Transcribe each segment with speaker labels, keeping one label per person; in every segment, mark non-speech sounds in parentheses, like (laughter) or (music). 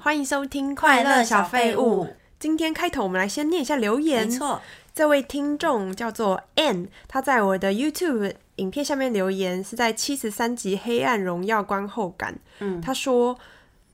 Speaker 1: 欢迎收听《
Speaker 2: 快乐小废物》。
Speaker 1: 今天开头，我们来先念一下留言。
Speaker 2: 没错，
Speaker 1: 这位听众叫做 N，他在我的 YouTube 影片下面留言，是在七十三集《黑暗荣耀》观后感。嗯，他说。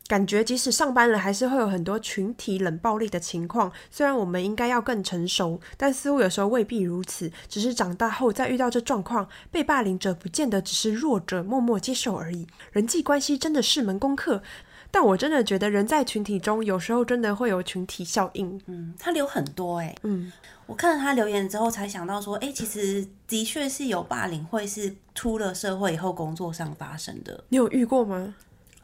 Speaker 1: 感觉即使上班了，还是会有很多群体冷暴力的情况。虽然我们应该要更成熟，但似乎有时候未必如此。只是长大后再遇到这状况，被霸凌者不见得只是弱者默默接受而已。人际关系真的是门功课，但我真的觉得人在群体中，有时候真的会有群体效应。
Speaker 2: 嗯，他留很多哎、
Speaker 1: 嗯，
Speaker 2: 我看了他留言之后才想到说，哎、其实的确是有霸凌会是出了社会以后工作上发生的。
Speaker 1: 你有遇过吗？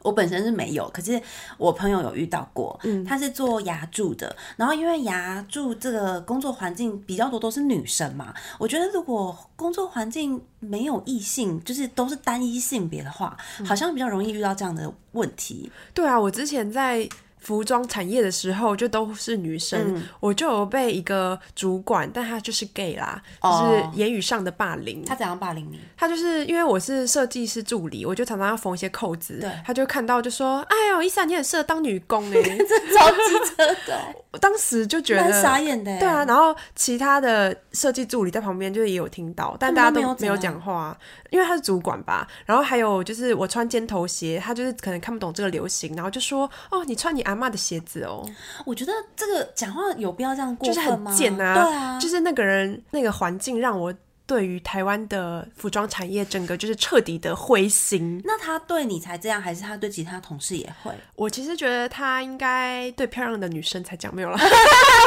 Speaker 2: 我本身是没有，可是我朋友有遇到过，他是做牙助的，然后因为牙助这个工作环境比较多都是女生嘛，我觉得如果工作环境没有异性，就是都是单一性别的话，好像比较容易遇到这样的问 (laughs) 题。
Speaker 1: 对啊，我之前在服装产业的时候，就都是女生，
Speaker 2: 嗯
Speaker 1: 我就有被一个主管，但他就是 gay 啦，
Speaker 2: 哦
Speaker 1: 就是言语上的霸凌。
Speaker 2: 他怎样霸凌你？
Speaker 1: 他就是因为我是设计师助理，我就常常要缝一些扣子，
Speaker 2: 对
Speaker 1: 他就看到就说：“哎呦，伊莎你很适合当女工哎、
Speaker 2: (laughs) 这超级扯的，哦
Speaker 1: 我当时就觉
Speaker 2: 蛮
Speaker 1: 得
Speaker 2: 傻眼的。欸
Speaker 1: 对啊，，然后其他的设计助理在旁边就是也有听到，但大
Speaker 2: 他
Speaker 1: 家
Speaker 2: 们
Speaker 1: 都
Speaker 2: 都
Speaker 1: 没
Speaker 2: 没
Speaker 1: 有
Speaker 2: 有
Speaker 1: 讲啊话，因为他是主管吧。然后还有就是我穿尖头鞋，他就是可能看不懂这个流行，然后就说：“哦，你穿你阿嬷的鞋子哦。”
Speaker 2: 我觉得这个讲话有必要这样过
Speaker 1: 就是
Speaker 2: 分
Speaker 1: 很
Speaker 2: 吗？
Speaker 1: 贱啊！
Speaker 2: 对啊，
Speaker 1: 就是那个人那个环境让我对于台湾的服装产业整个就是彻底的灰心。
Speaker 2: 那他对你才这样，还是他对其他同事也会？
Speaker 1: 我其实觉得他应该对漂亮的女生才讲没有啦。 (laughs)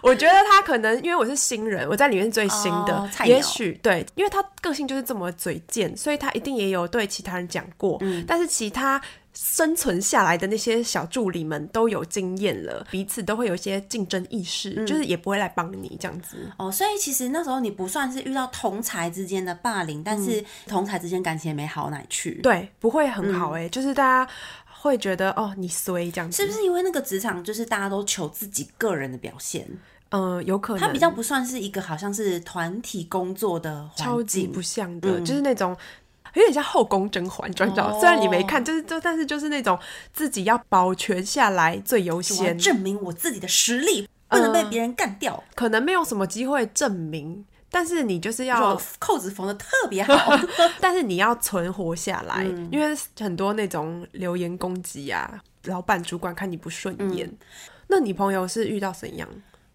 Speaker 1: 我觉得他可能因为我是新人，我在里面是最新的，
Speaker 2: 哦菜鸟
Speaker 1: 也许对，因为他个性就是这么嘴贱，所以他一定也有对其他人讲过。
Speaker 2: 嗯
Speaker 1: 但是其他生存下来的那些小助理们都有经验了，彼此都会有一些竞争意识，
Speaker 2: 嗯
Speaker 1: 就是也不会来帮你这样子。
Speaker 2: 哦，所以其实那时候你不算是遇到同才之间的霸凌，但是同才之间感情也没好哪里去。，
Speaker 1: 嗯对，不会很好哎、就是大家会觉得哦，你衰这样子，
Speaker 2: 嗯是不是因为那个职场就是大家都求自己个人的表现，
Speaker 1: 嗯、有可能
Speaker 2: 它比较不算是一个好像是团体工作的
Speaker 1: 超
Speaker 2: 环
Speaker 1: 级
Speaker 2: 境
Speaker 1: 不。像的，就是那种。有点像后宫甄嬛传，你知道吗虽然你没看，就是就但是就是那种自己要保全下来最优
Speaker 2: 我要
Speaker 1: 先，
Speaker 2: 证明我自己的实力，不能被
Speaker 1: 嗯
Speaker 2: 别人干掉。
Speaker 1: 可能没有什么机会证明，但是你就是要
Speaker 2: 我扣子缝的特别
Speaker 1: (laughs)
Speaker 2: 好，
Speaker 1: 但是你要存活下来，因为很多那种留言攻击啊，老板主管看你不顺眼。那你朋友是遇到怎样？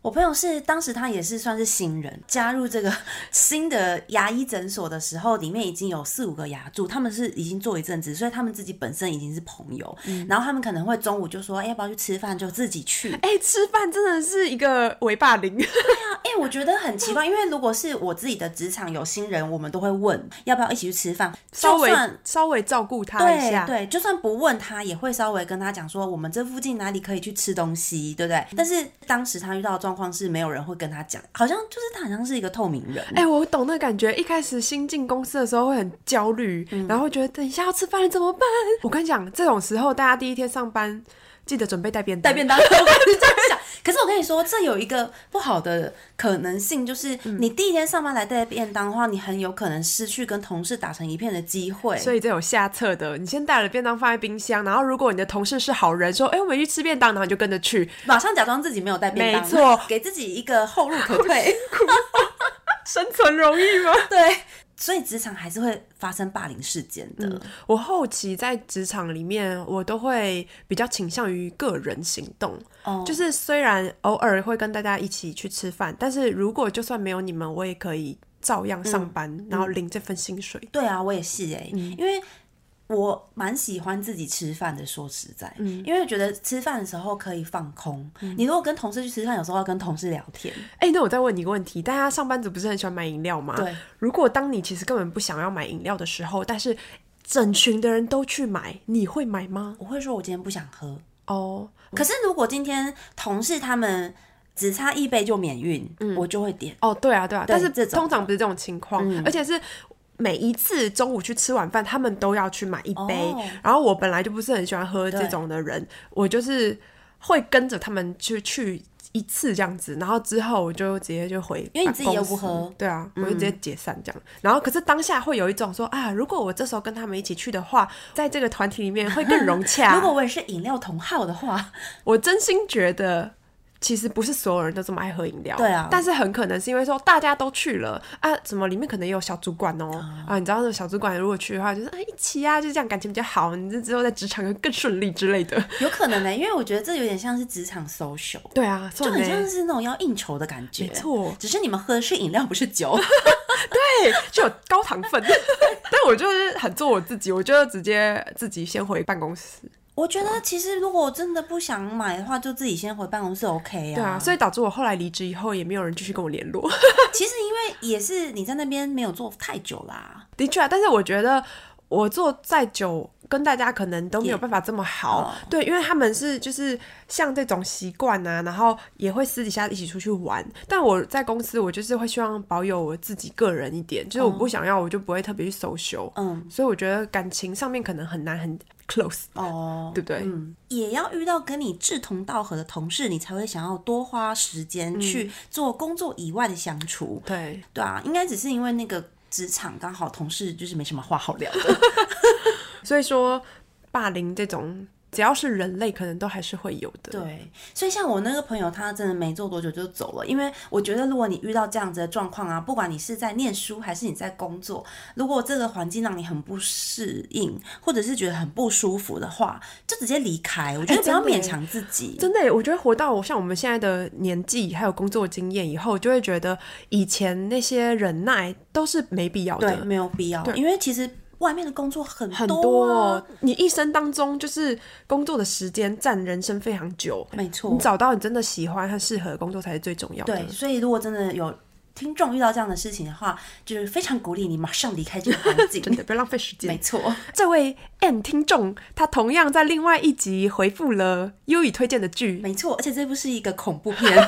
Speaker 2: 我朋友是当时他也是算是新人，加入这个 (laughs) 新的牙医诊所的时候，里面已经有四五个牙助，他们是已经做一阵子，所以他们自己本身已经是朋友，
Speaker 1: 嗯
Speaker 2: 然后他们可能会中午就说，哎、要不要去吃饭，就自己去。
Speaker 1: 哎、吃饭真的是一个伪霸凌。
Speaker 2: 哎、我觉得很奇怪，因为如果是我自己的职场有新人，我们都会问要不要一起去吃饭，
Speaker 1: 稍
Speaker 2: 就
Speaker 1: 微
Speaker 2: 算。
Speaker 1: 稍微照顾他一
Speaker 2: 对
Speaker 1: 下。
Speaker 2: 对，就算不问他，也会稍微跟他讲说我们这附近哪里可以去吃东西，对
Speaker 1: 嗯
Speaker 2: 不对？但是当时他遇到的状况是没有人会跟他讲，好像就是他好像是一个透明人。啊
Speaker 1: 哎、我懂那感觉。一开始新进公司的时候会很焦虑，然后会觉得等一下要吃饭了怎么办？我跟你讲，这种时候大家第一天上班记得准备带便当。
Speaker 2: 带便当，我是这样想。可是我跟你说，这有一个不好的可能性，就是
Speaker 1: 嗯
Speaker 2: 你第一天上班来带便当的话，你很有可能失去跟同事打成一片的机会。
Speaker 1: 所以这有下策的，你先带了便当放在冰箱，然后如果你的同事是好人，说，哎、我们去吃便当，然后你就跟着去，
Speaker 2: 马上假装自己没有带便当，
Speaker 1: 没错，
Speaker 2: (laughs) 给自己一个后路可
Speaker 1: (laughs)
Speaker 2: 退。
Speaker 1: 生存容易吗？
Speaker 2: 对，所以职场还是会发生霸凌事件的。
Speaker 1: 我后期在职场里面，我都会比较倾向于个人行动。
Speaker 2: 哦
Speaker 1: 就是虽然偶尔会跟大家一起去吃饭，但是如果就算没有你们，我也可以照样
Speaker 2: 嗯
Speaker 1: 上班，然后领这份薪水。
Speaker 2: 对啊，我也是哎、
Speaker 1: 嗯
Speaker 2: 因为我蛮喜欢自己吃饭的。说实在，
Speaker 1: 嗯
Speaker 2: 因为我觉得吃饭的时候可以放空。你如果跟同事去吃饭，有时候要跟同事聊天。
Speaker 1: 哎、那我再问你一个问题：大家上班族不是很喜欢买饮料吗？
Speaker 2: 对。
Speaker 1: 如果当你其实根本不想要买饮料的时候，但是整群的人都去买，你会买吗？
Speaker 2: 我会说，我今天不想喝。
Speaker 1: 哦，
Speaker 2: 可是如果今天同事他们只差一杯就免运，我就会点。
Speaker 1: 哦，对啊，对啊。
Speaker 2: 对
Speaker 1: 但是
Speaker 2: 这种嗯
Speaker 1: 通常不是这种情况，而且是。每一次中午去吃晚饭，他们都要去买一杯。
Speaker 2: 哦
Speaker 1: 然后我本来就不是很喜欢喝这种的人，我就是会跟着他们去去一次这样子，然后之后我就直接就回，
Speaker 2: 因为你自己也无合
Speaker 1: 对啊，
Speaker 2: 嗯
Speaker 1: 我就直接解散这样。然后可是当下会有一种说啊，如果我这时候跟他们一起去的话，在这个团体里面会更融洽。
Speaker 2: (laughs) 如果我也是饮料同号的话， (laughs)
Speaker 1: 我真心觉得。其实不是所有人都这么爱喝饮料，
Speaker 2: 对啊
Speaker 1: 但是很可能是因为说大家都去了啊，怎么里面可能也有小主管哦、啊，你知道那个小主管如果去的话，就是啊一起啊，就这样感情比较好，你这之后在职场更顺利之类的。
Speaker 2: 有可能呢、因为我觉得这有点像是职场 social，
Speaker 1: 对啊，就
Speaker 2: 就很像是那种要应酬的感觉。
Speaker 1: 没错
Speaker 2: 只是你们喝的是饮料，不是酒。 (laughs)
Speaker 1: 对，哎就有高糖分。 (laughs) 但我就是很做我自己，我就直接自己先回办公室。
Speaker 2: 我觉得其实如果真的不想买的话，就自己先回办公室 OK 啊。
Speaker 1: 对啊，所以导致我后来离职以后，也没有人继续跟我联络。
Speaker 2: 其实因为也是你在那边没有做太久啦，
Speaker 1: 的确啊，但是我觉得我做再久，跟大家可能都没有办法这么
Speaker 2: 哦
Speaker 1: 好。对，因为他们是就是像这种习惯啊，然后也会私底下一起出去玩。但我在公司，我就是会希望保有我自己个人一点，就是我不想要，我就不会特别去搜修。
Speaker 2: 哦嗯，
Speaker 1: 所以我觉得感情上面可能很难
Speaker 2: (laughs)
Speaker 1: 很 close，、
Speaker 2: 哦，
Speaker 1: 对不对？
Speaker 2: 嗯，也要遇到跟你志同道合的同事，你才会想要多花时间去
Speaker 1: 嗯
Speaker 2: 做工作以外的相处。
Speaker 1: 对，
Speaker 2: 对啊，应该只是因为那个职场刚好同事就是没什么话好聊的。
Speaker 1: 所以说霸凌这种，只要是人类，可能都还是会有的。
Speaker 2: 对，所以像我那个朋友，他真的没做多久就走了，因为我觉得如果你遇到这样子的状况啊，不管你是在念书还是你在工作，如果这个环境让你很不适应，或者是觉得很不舒服的话，就直接离开。我觉得不要
Speaker 1: 哎真的耶
Speaker 2: 勉强自己。
Speaker 1: 真的耶，我觉得活到像我们现在的年纪，还有工作经验以后，就会觉得以前那些忍耐都是没必要
Speaker 2: 对，
Speaker 1: 的。
Speaker 2: 没有必要，因为其实外面的工作很
Speaker 1: 很
Speaker 2: 多
Speaker 1: 多、
Speaker 2: 啊、
Speaker 1: 哦，你一生当中就是工作的时间占人生非常久，
Speaker 2: 没错
Speaker 1: 你找到你真的喜欢和适合的工作才是最重要的。
Speaker 2: 对，所以如果真的有听众遇到这样的事情的话，就是非常鼓励你马上离开这个环 (laughs) 境。
Speaker 1: 真的，不要浪费时
Speaker 2: 没
Speaker 1: 间。
Speaker 2: 错，
Speaker 1: 这位 M 听众，他同样在另外一集回复了优宇推荐的剧，
Speaker 2: 没错，而且这部是一个恐怖片， (laughs) 《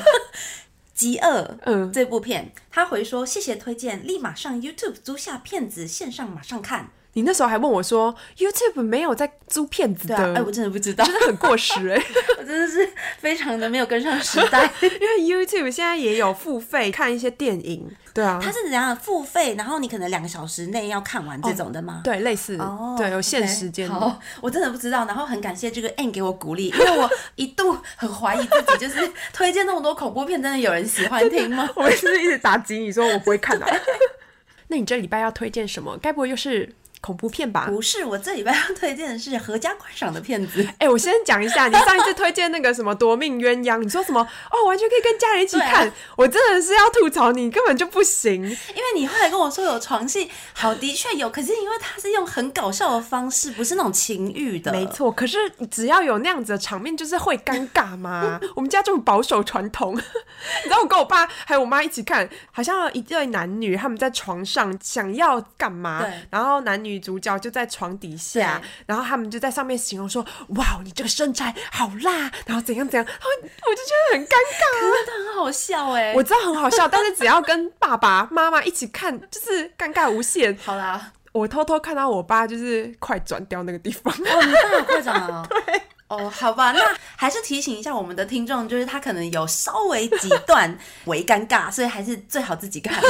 Speaker 2: 极恶》
Speaker 1: 嗯
Speaker 2: 这部片，他回说谢谢推荐，立马上 YouTube 租下片子，线上马上看。
Speaker 1: 你那时候还问我说，YouTube 没有在租骗子
Speaker 2: 对
Speaker 1: 的，
Speaker 2: 啊，哎、我真的不知 (laughs) 道，
Speaker 1: 真的很过时哎、
Speaker 2: 我真的是非常的没有跟上时 (laughs) 代。
Speaker 1: (laughs) 因为 YouTube 现在也有付费看一些电影，对啊，
Speaker 2: 它是怎样付费，然后你可能两个小时内要看完这种的吗？
Speaker 1: 对类似，
Speaker 2: 哦
Speaker 1: 对有限
Speaker 2: OK，
Speaker 1: 时间的。
Speaker 2: 好，我真的不知道，然后很感谢这个 N 给我鼓励，因为我一度很怀疑自己，就是推荐那么多恐怖片，真的有人喜欢听
Speaker 1: (laughs)
Speaker 2: 吗？
Speaker 1: 我们是不是一直打击你说我不会 (laughs) 看的、啊那你这礼拜要推荐什么？该不会又是恐怖片吧？
Speaker 2: 不是，我这礼拜要推荐的是合家观赏的片子。
Speaker 1: (laughs) 哎、我先讲一下，你上一次推荐那个什么《夺命鸳鸯》，你说什么？哦，完全可以跟家人一起看。
Speaker 2: 对啊
Speaker 1: 我真的是要吐槽你，根本就不行。
Speaker 2: 因为你后来跟我说有床戏，好，的确有，可是因为它是用很搞笑的方式，不是那种情欲的，
Speaker 1: 没。错，可是只要有那样子的场面，就是会尴尬
Speaker 2: (laughs)
Speaker 1: 嘛。我们家这种保守传统， (laughs) 你知道，我跟我爸还有我妈一起看，好像一对男女他们在床上想要干嘛
Speaker 2: 对，
Speaker 1: 然后男女主角就在床底下
Speaker 2: 对，
Speaker 1: 然后他们就在上面形容说：“哇，你这个身材好辣！”然后怎样怎样，然后我就觉得很尴尬啊。
Speaker 2: 真的很好笑哎、
Speaker 1: 我知道很好笑，但是只要跟爸爸妈妈一起看，就是尴尬无限。
Speaker 2: 好啦，
Speaker 1: 我偷偷看到我爸就是快转掉那个地方。 (laughs)
Speaker 2: 哦，你当然会长了。 (laughs) 对。哦，好吧，那还是提醒一下我们的听众，就是他可能有稍微几 (laughs) 段为尴尬，所以还是最好自己看。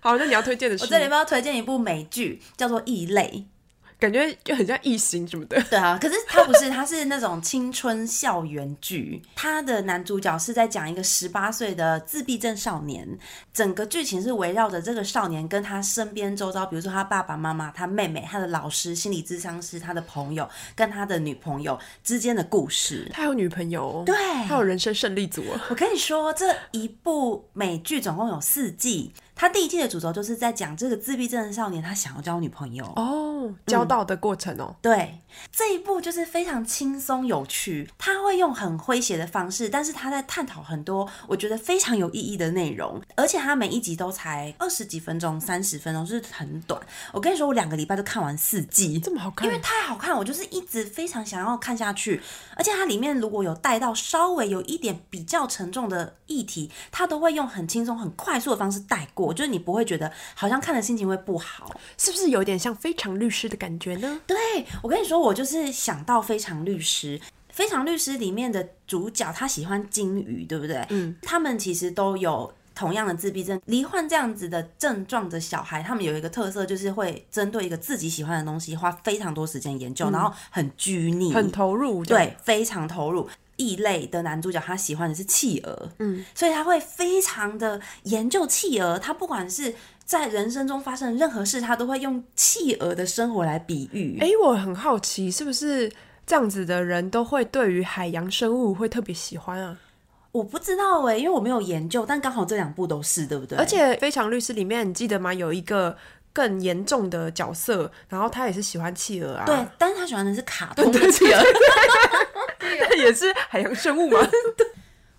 Speaker 1: 好，那你要推荐的是？
Speaker 2: 我这里面要推荐一部美剧，叫做《异类
Speaker 1: 感觉就很像异形什么的》。。
Speaker 2: 对啊，可是它不是，它是那种青春校园剧。它的男主角是在讲一个十八岁的自闭症少年，整个剧情是围绕着这个少年跟他身边周遭，比如说他爸爸妈妈、他妹妹、他的老师、心理咨商师、他的朋友跟他的女朋友之间的故事。
Speaker 1: 他有女朋友哦，
Speaker 2: 对
Speaker 1: 他有人生胜利组哦。
Speaker 2: 我跟你说，这一部美剧总共有四季。它第一季的主轴就是在讲这个自闭症的少年，他想要交女朋友。
Speaker 1: 哦，交到的过程哦，
Speaker 2: 对，这一部就是非常轻松有趣，他会用很诙谐的方式，但是他在探讨很多我觉得非常有意义的内容，而且他每一集都才二十几分钟、三十分钟，就是很短。我跟你说，我两个礼拜都看完四季，
Speaker 1: 这么好看
Speaker 2: 因为，太好看，我就是一直非常想要看下去。而且它里面如果有带到稍微有一点比较沉重的议题，它都会用很轻松、很快速的方式带过，就是你不会觉得好像看的心情会不好。
Speaker 1: 是不是有点像《非常律师》的感觉呢？
Speaker 2: 对我跟你说，我就是想到《非常律师》。《非常律师》里面的主角他喜欢金鱼，对不对？嗯，他们其实都有。同样的自闭症、罹患这样子的症状的小孩，他们有一个特色，就是会针对一个自己喜欢的东西花非常多时间研究，然后很拘泥，
Speaker 1: 很投入，
Speaker 2: 对，非常投入。异类的男主角他喜欢的是企鹅，嗯，所以他会非常的研究企鹅，他不管是在人生中发生的任何事，他都会用企鹅的生活来比喻。
Speaker 1: 诶，我很好奇，是不是这样子的人都会对于海洋生物会特别喜欢啊？
Speaker 2: 我不知道哎、欸，因为我没有研究，但刚好这两部都是，对不对？
Speaker 1: 而且《非常律师》里面，你记得吗？有一个更严重的角色，然后他也是喜欢企鹅啊。
Speaker 2: 对，但是他喜欢的是卡通的企鹅， (laughs)
Speaker 1: 那 (laughs) 也是海洋生物嘛。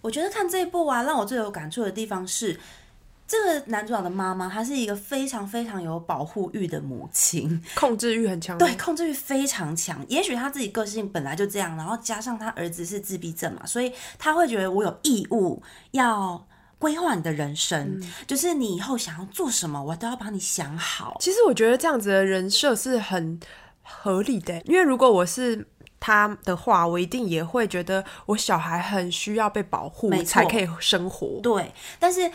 Speaker 2: 我觉得看这一部啊，让我最有感触的地方是。这个男主角的妈妈，她是一个非常非常有保护欲的母亲，
Speaker 1: (laughs) 控制欲很强。
Speaker 2: 对，控制欲非常强。也许她自己个性本来就这样，然后加上她儿子是自闭症嘛，所以她会觉得我有义务要规划你的人生，嗯、就是你以后想要做什么，我都要把你想好。
Speaker 1: 其实我觉得这样子的人设是很合理的，因为如果我是。他的话，我一定也会觉得我小孩很需要被保护，才可以生活。
Speaker 2: 对，但是。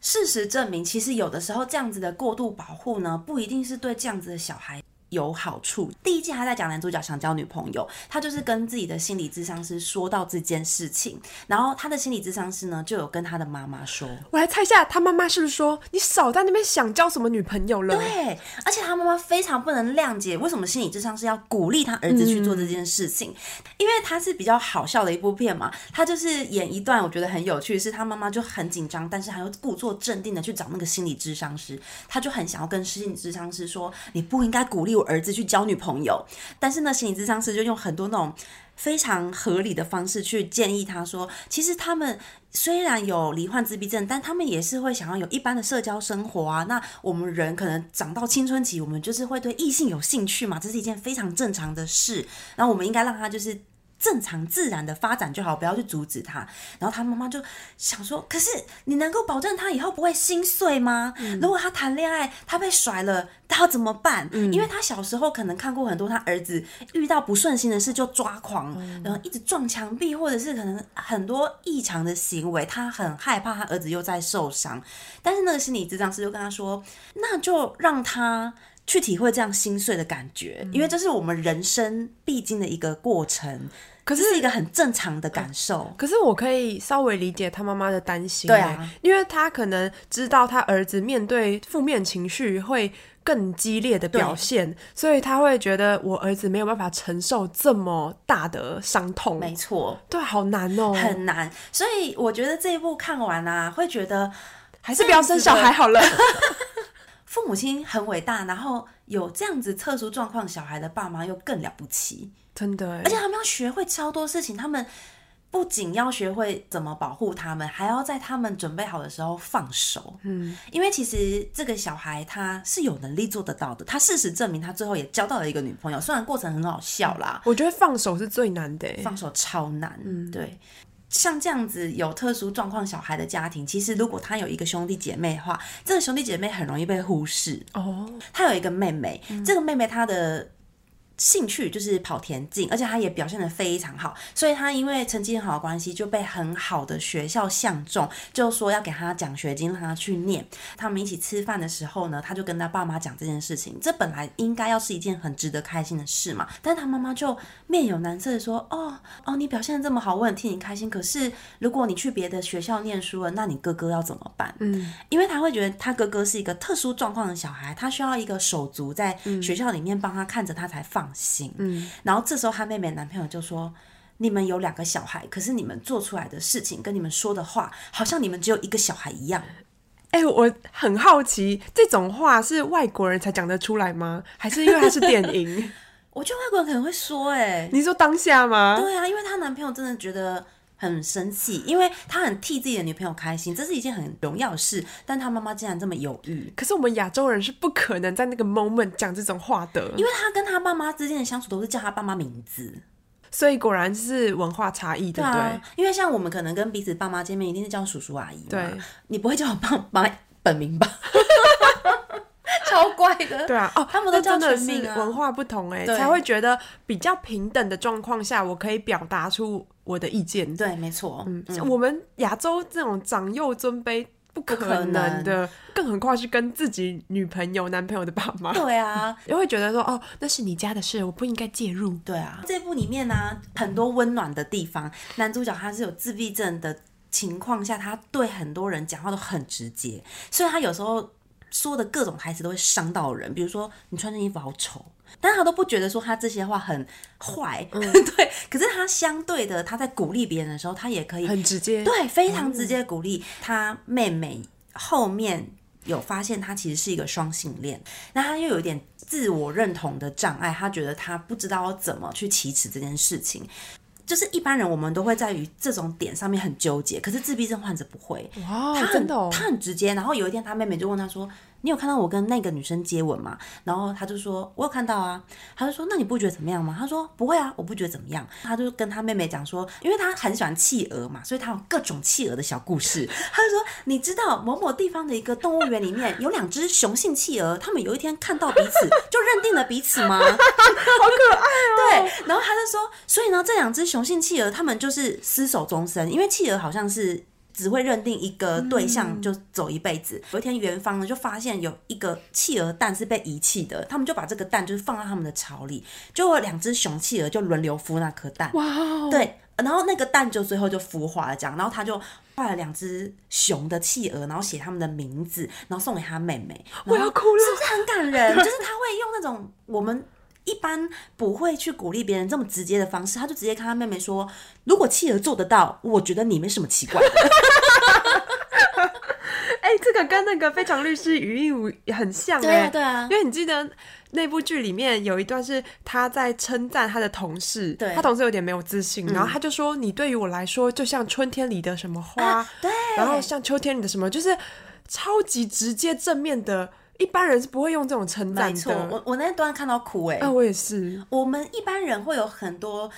Speaker 2: 事实证明，其实有的时候这样子的过度保护呢，不一定是对这样子的小孩有好处。第一季他在讲男主角想交女朋友，他就是跟自己的心理咨商师说到这件事情，然后他的心理咨商师呢就有跟他的妈妈说，
Speaker 1: 我来猜一下，他妈妈是不是说你少在那边想交什么女朋友了？
Speaker 2: 对，而且他妈妈非常不能谅解为什么心理咨商师要鼓励他儿子去做这件事情，嗯、因为他是比较好笑的一部片嘛，他就是演一段我觉得很有趣，是他妈妈就很紧张，但是还要故作镇定的去找那个心理咨商师，他就很想要跟心理咨商师说，你不应该鼓励我。儿子去交女朋友，但是呢，心理咨商师就用很多那种非常合理的方式去建议他说，其实他们虽然有罹患自闭症，但他们也是会想要有一般的社交生活啊。那我们人可能长到青春期，我们就是会对异性有兴趣嘛，这是一件非常正常的事。然后我们应该让他就是正常自然的发展就好，不要去阻止他。然后他妈妈就想说，可是你能够保证他以后不会心碎吗？嗯、如果他谈恋爱，他被甩了。他要怎么办？嗯、因为他小时候可能看过很多他儿子遇到不顺心的事就抓狂，嗯、然后一直撞墙壁，或者是可能很多异常的行为，他很害怕他儿子又在受伤。但是那个心理咨障师就跟他说，那就让他去体会这样心碎的感觉，嗯、因为这是我们人生必经的一个过程。
Speaker 1: 可
Speaker 2: 是一个很正常的感受。
Speaker 1: 可是我可以稍微理解他妈妈的担心、
Speaker 2: 欸，对啊，
Speaker 1: 因为他可能知道他儿子面对负面情绪会更激烈的表现，所以他会觉得我儿子没有办法承受这么大的伤痛。
Speaker 2: 没错，
Speaker 1: 对，好难哦、喔，
Speaker 2: 很难。所以我觉得这一部看完啊，会觉得
Speaker 1: 还是不要生小孩好了。
Speaker 2: 父母亲很伟大，然后有这样子特殊状况小孩的爸妈又更了不起。
Speaker 1: 真 (laughs) 的，
Speaker 2: 而且他们要学会超多事情。他们不仅要学会怎么保护他们，还要在他们准备好的时候放手。嗯，因为其实这个小孩他是有能力做得到的。他事实证明，他最后也交到了一个女朋友，虽然过程很好笑啦。
Speaker 1: 我觉得放手是最难的，
Speaker 2: 放手超难。嗯，对。像这样子有特殊状况小孩的家庭，其实如果他有一个兄弟姐妹的话，这个兄弟姐妹很容易被忽视。
Speaker 1: 哦，
Speaker 2: 他有一个妹妹，嗯、这个妹妹她的。兴趣就是跑田径，而且他也表现的非常好，所以他因为成绩很好的关系，就被很好的学校相中，就说要给他奖学金让他去念。他们一起吃饭的时候呢，他就跟他爸妈讲这件事情，这本来应该要是一件很值得开心的事嘛，但他妈妈就面有难色的说：“哦哦，你表现的这么好，我很替你开心，可是如果你去别的学校念书了，那你哥哥要怎么办？”
Speaker 1: 嗯，
Speaker 2: 因为他会觉得他哥哥是一个特殊状况的小孩，他需要一个手足在学校里面帮他看着他才放。放心，
Speaker 1: 嗯，
Speaker 2: 然后这时候她妹妹男朋友就说：“你们有两个小孩，可是你们做出来的事情跟你们说的话，好像你们只有一个小孩一样。”
Speaker 1: 哎、欸，我很好奇，这种话是外国人才讲得出来吗？还是因为它是电
Speaker 2: (laughs)
Speaker 1: 影？
Speaker 2: 我觉得外国人可能会说、欸：“哎，
Speaker 1: 你说当下吗？”
Speaker 2: 对啊，因为她男朋友真的觉得。很生气，因为他很替自己的女朋友开心，这是一件很荣耀的事。但他妈妈竟然这么犹豫。
Speaker 1: 可是我们亚洲人是不可能在那个 moment 讲这种话的，
Speaker 2: 因为他跟他爸妈之间的相处都是叫他爸妈名字，
Speaker 1: 所以果然是文化差异，对不对？
Speaker 2: 啊、因为像我们可能跟彼此爸妈见面，一定是叫叔叔阿姨嘛。
Speaker 1: 对， (laughs)
Speaker 2: 你不会叫我爸妈本名吧？超怪的。
Speaker 1: 对啊，哦，
Speaker 2: 他们都
Speaker 1: 这
Speaker 2: 叫
Speaker 1: 真的
Speaker 2: 全
Speaker 1: 是
Speaker 2: 名啊。
Speaker 1: 文化不同哎、
Speaker 2: 对
Speaker 1: 才会觉得比较平等的状况下，我可以表达出我的意见。
Speaker 2: 对，没错，嗯，
Speaker 1: 像我们亚洲这种长幼尊卑不可
Speaker 2: 可能
Speaker 1: 能的，更何况是跟自己女朋友、男朋友的爸 (laughs) 妈，
Speaker 2: 对啊，
Speaker 1: 也会觉得说哦，那是你家的事，我不应该介入。
Speaker 2: 对啊，这部里面呢、很多温暖的地方。男主角他是有自闭症的情况下，他对很多人讲话都很直接，所以他有时候说的各种台词都会伤到人。比如说，你穿这件衣服好丑，但是他都不觉得说他这些话很坏， (laughs) 对。可是他相对的，他在鼓励别人的时候，他也可以
Speaker 1: 很直接，
Speaker 2: 对，非常直接鼓励他妹妹后面。有发现他其实是一个双性恋，那他又有一点自我认同的障碍，他觉得他不知道怎么去启齿这件事情。就是一般人我们都会在于这种点上面很纠结，可是自闭症患者不会，
Speaker 1: 哇
Speaker 2: 他，
Speaker 1: 真
Speaker 2: 很
Speaker 1: 的哦，
Speaker 2: 他很直接。然后有一天，他妹妹就问他说：“你有看到我跟那个女生接吻吗？”然后他就说：“我有看到啊。”他就说：“那你不觉得怎么样吗？”他说：“不会啊，我不觉得怎么样。”他就跟他妹妹讲说，因为他很喜欢企鹅嘛，所以他有各种企鹅的小故事。 (laughs) 他就说：“你知道某某地方的一个动物园里面有两只雄性企鹅，他们有一天看到彼此就认定了彼此吗？” (laughs)
Speaker 1: 哦
Speaker 2: 对，然后他就说，所以呢，这两只雄性企鹅，它们就是厮守终身，因为企鹅好像是只会认定一个对
Speaker 1: 嗯
Speaker 2: 象就走一辈子。有一天，元芳呢就发现有一个企鹅蛋是被遗弃的，他们就把这个蛋就是放到他们的巢里，结果两只雄企鹅就轮流孵那颗蛋。
Speaker 1: 哇哦，
Speaker 2: 对，然后那个蛋就最后就孵化了，这样，然后他就画了两只雄的企鹅，然后写他们的名字，然后送给他妹妹。
Speaker 1: 我
Speaker 2: 然后
Speaker 1: 要哭了
Speaker 2: 是不是很感
Speaker 1: (laughs)
Speaker 2: 人？就是他会用那种我们。一般不会去鼓励别人这么直接的方式，他就直接跟他妹妹说：“如果企鹅做得到，我觉得你没什么奇怪的。
Speaker 1: (laughs) 哎、这个跟那个《非常律师禹英禑》也很像哎、
Speaker 2: 啊
Speaker 1: 因为你记得那部剧里面有一段是他在称赞他的同事，
Speaker 2: 对
Speaker 1: 他同事有点没有自信，然后他就说：“你对于我来说就像春天里的什么花，
Speaker 2: 啊对，
Speaker 1: 然后像秋天里的什么，就是超级直接正面的，一般人是不会用这种称
Speaker 2: 没
Speaker 1: 赞
Speaker 2: 错，
Speaker 1: 的。
Speaker 2: 我我那段看到哭哎、
Speaker 1: 啊，我也是，
Speaker 2: 我们一般人会有很多。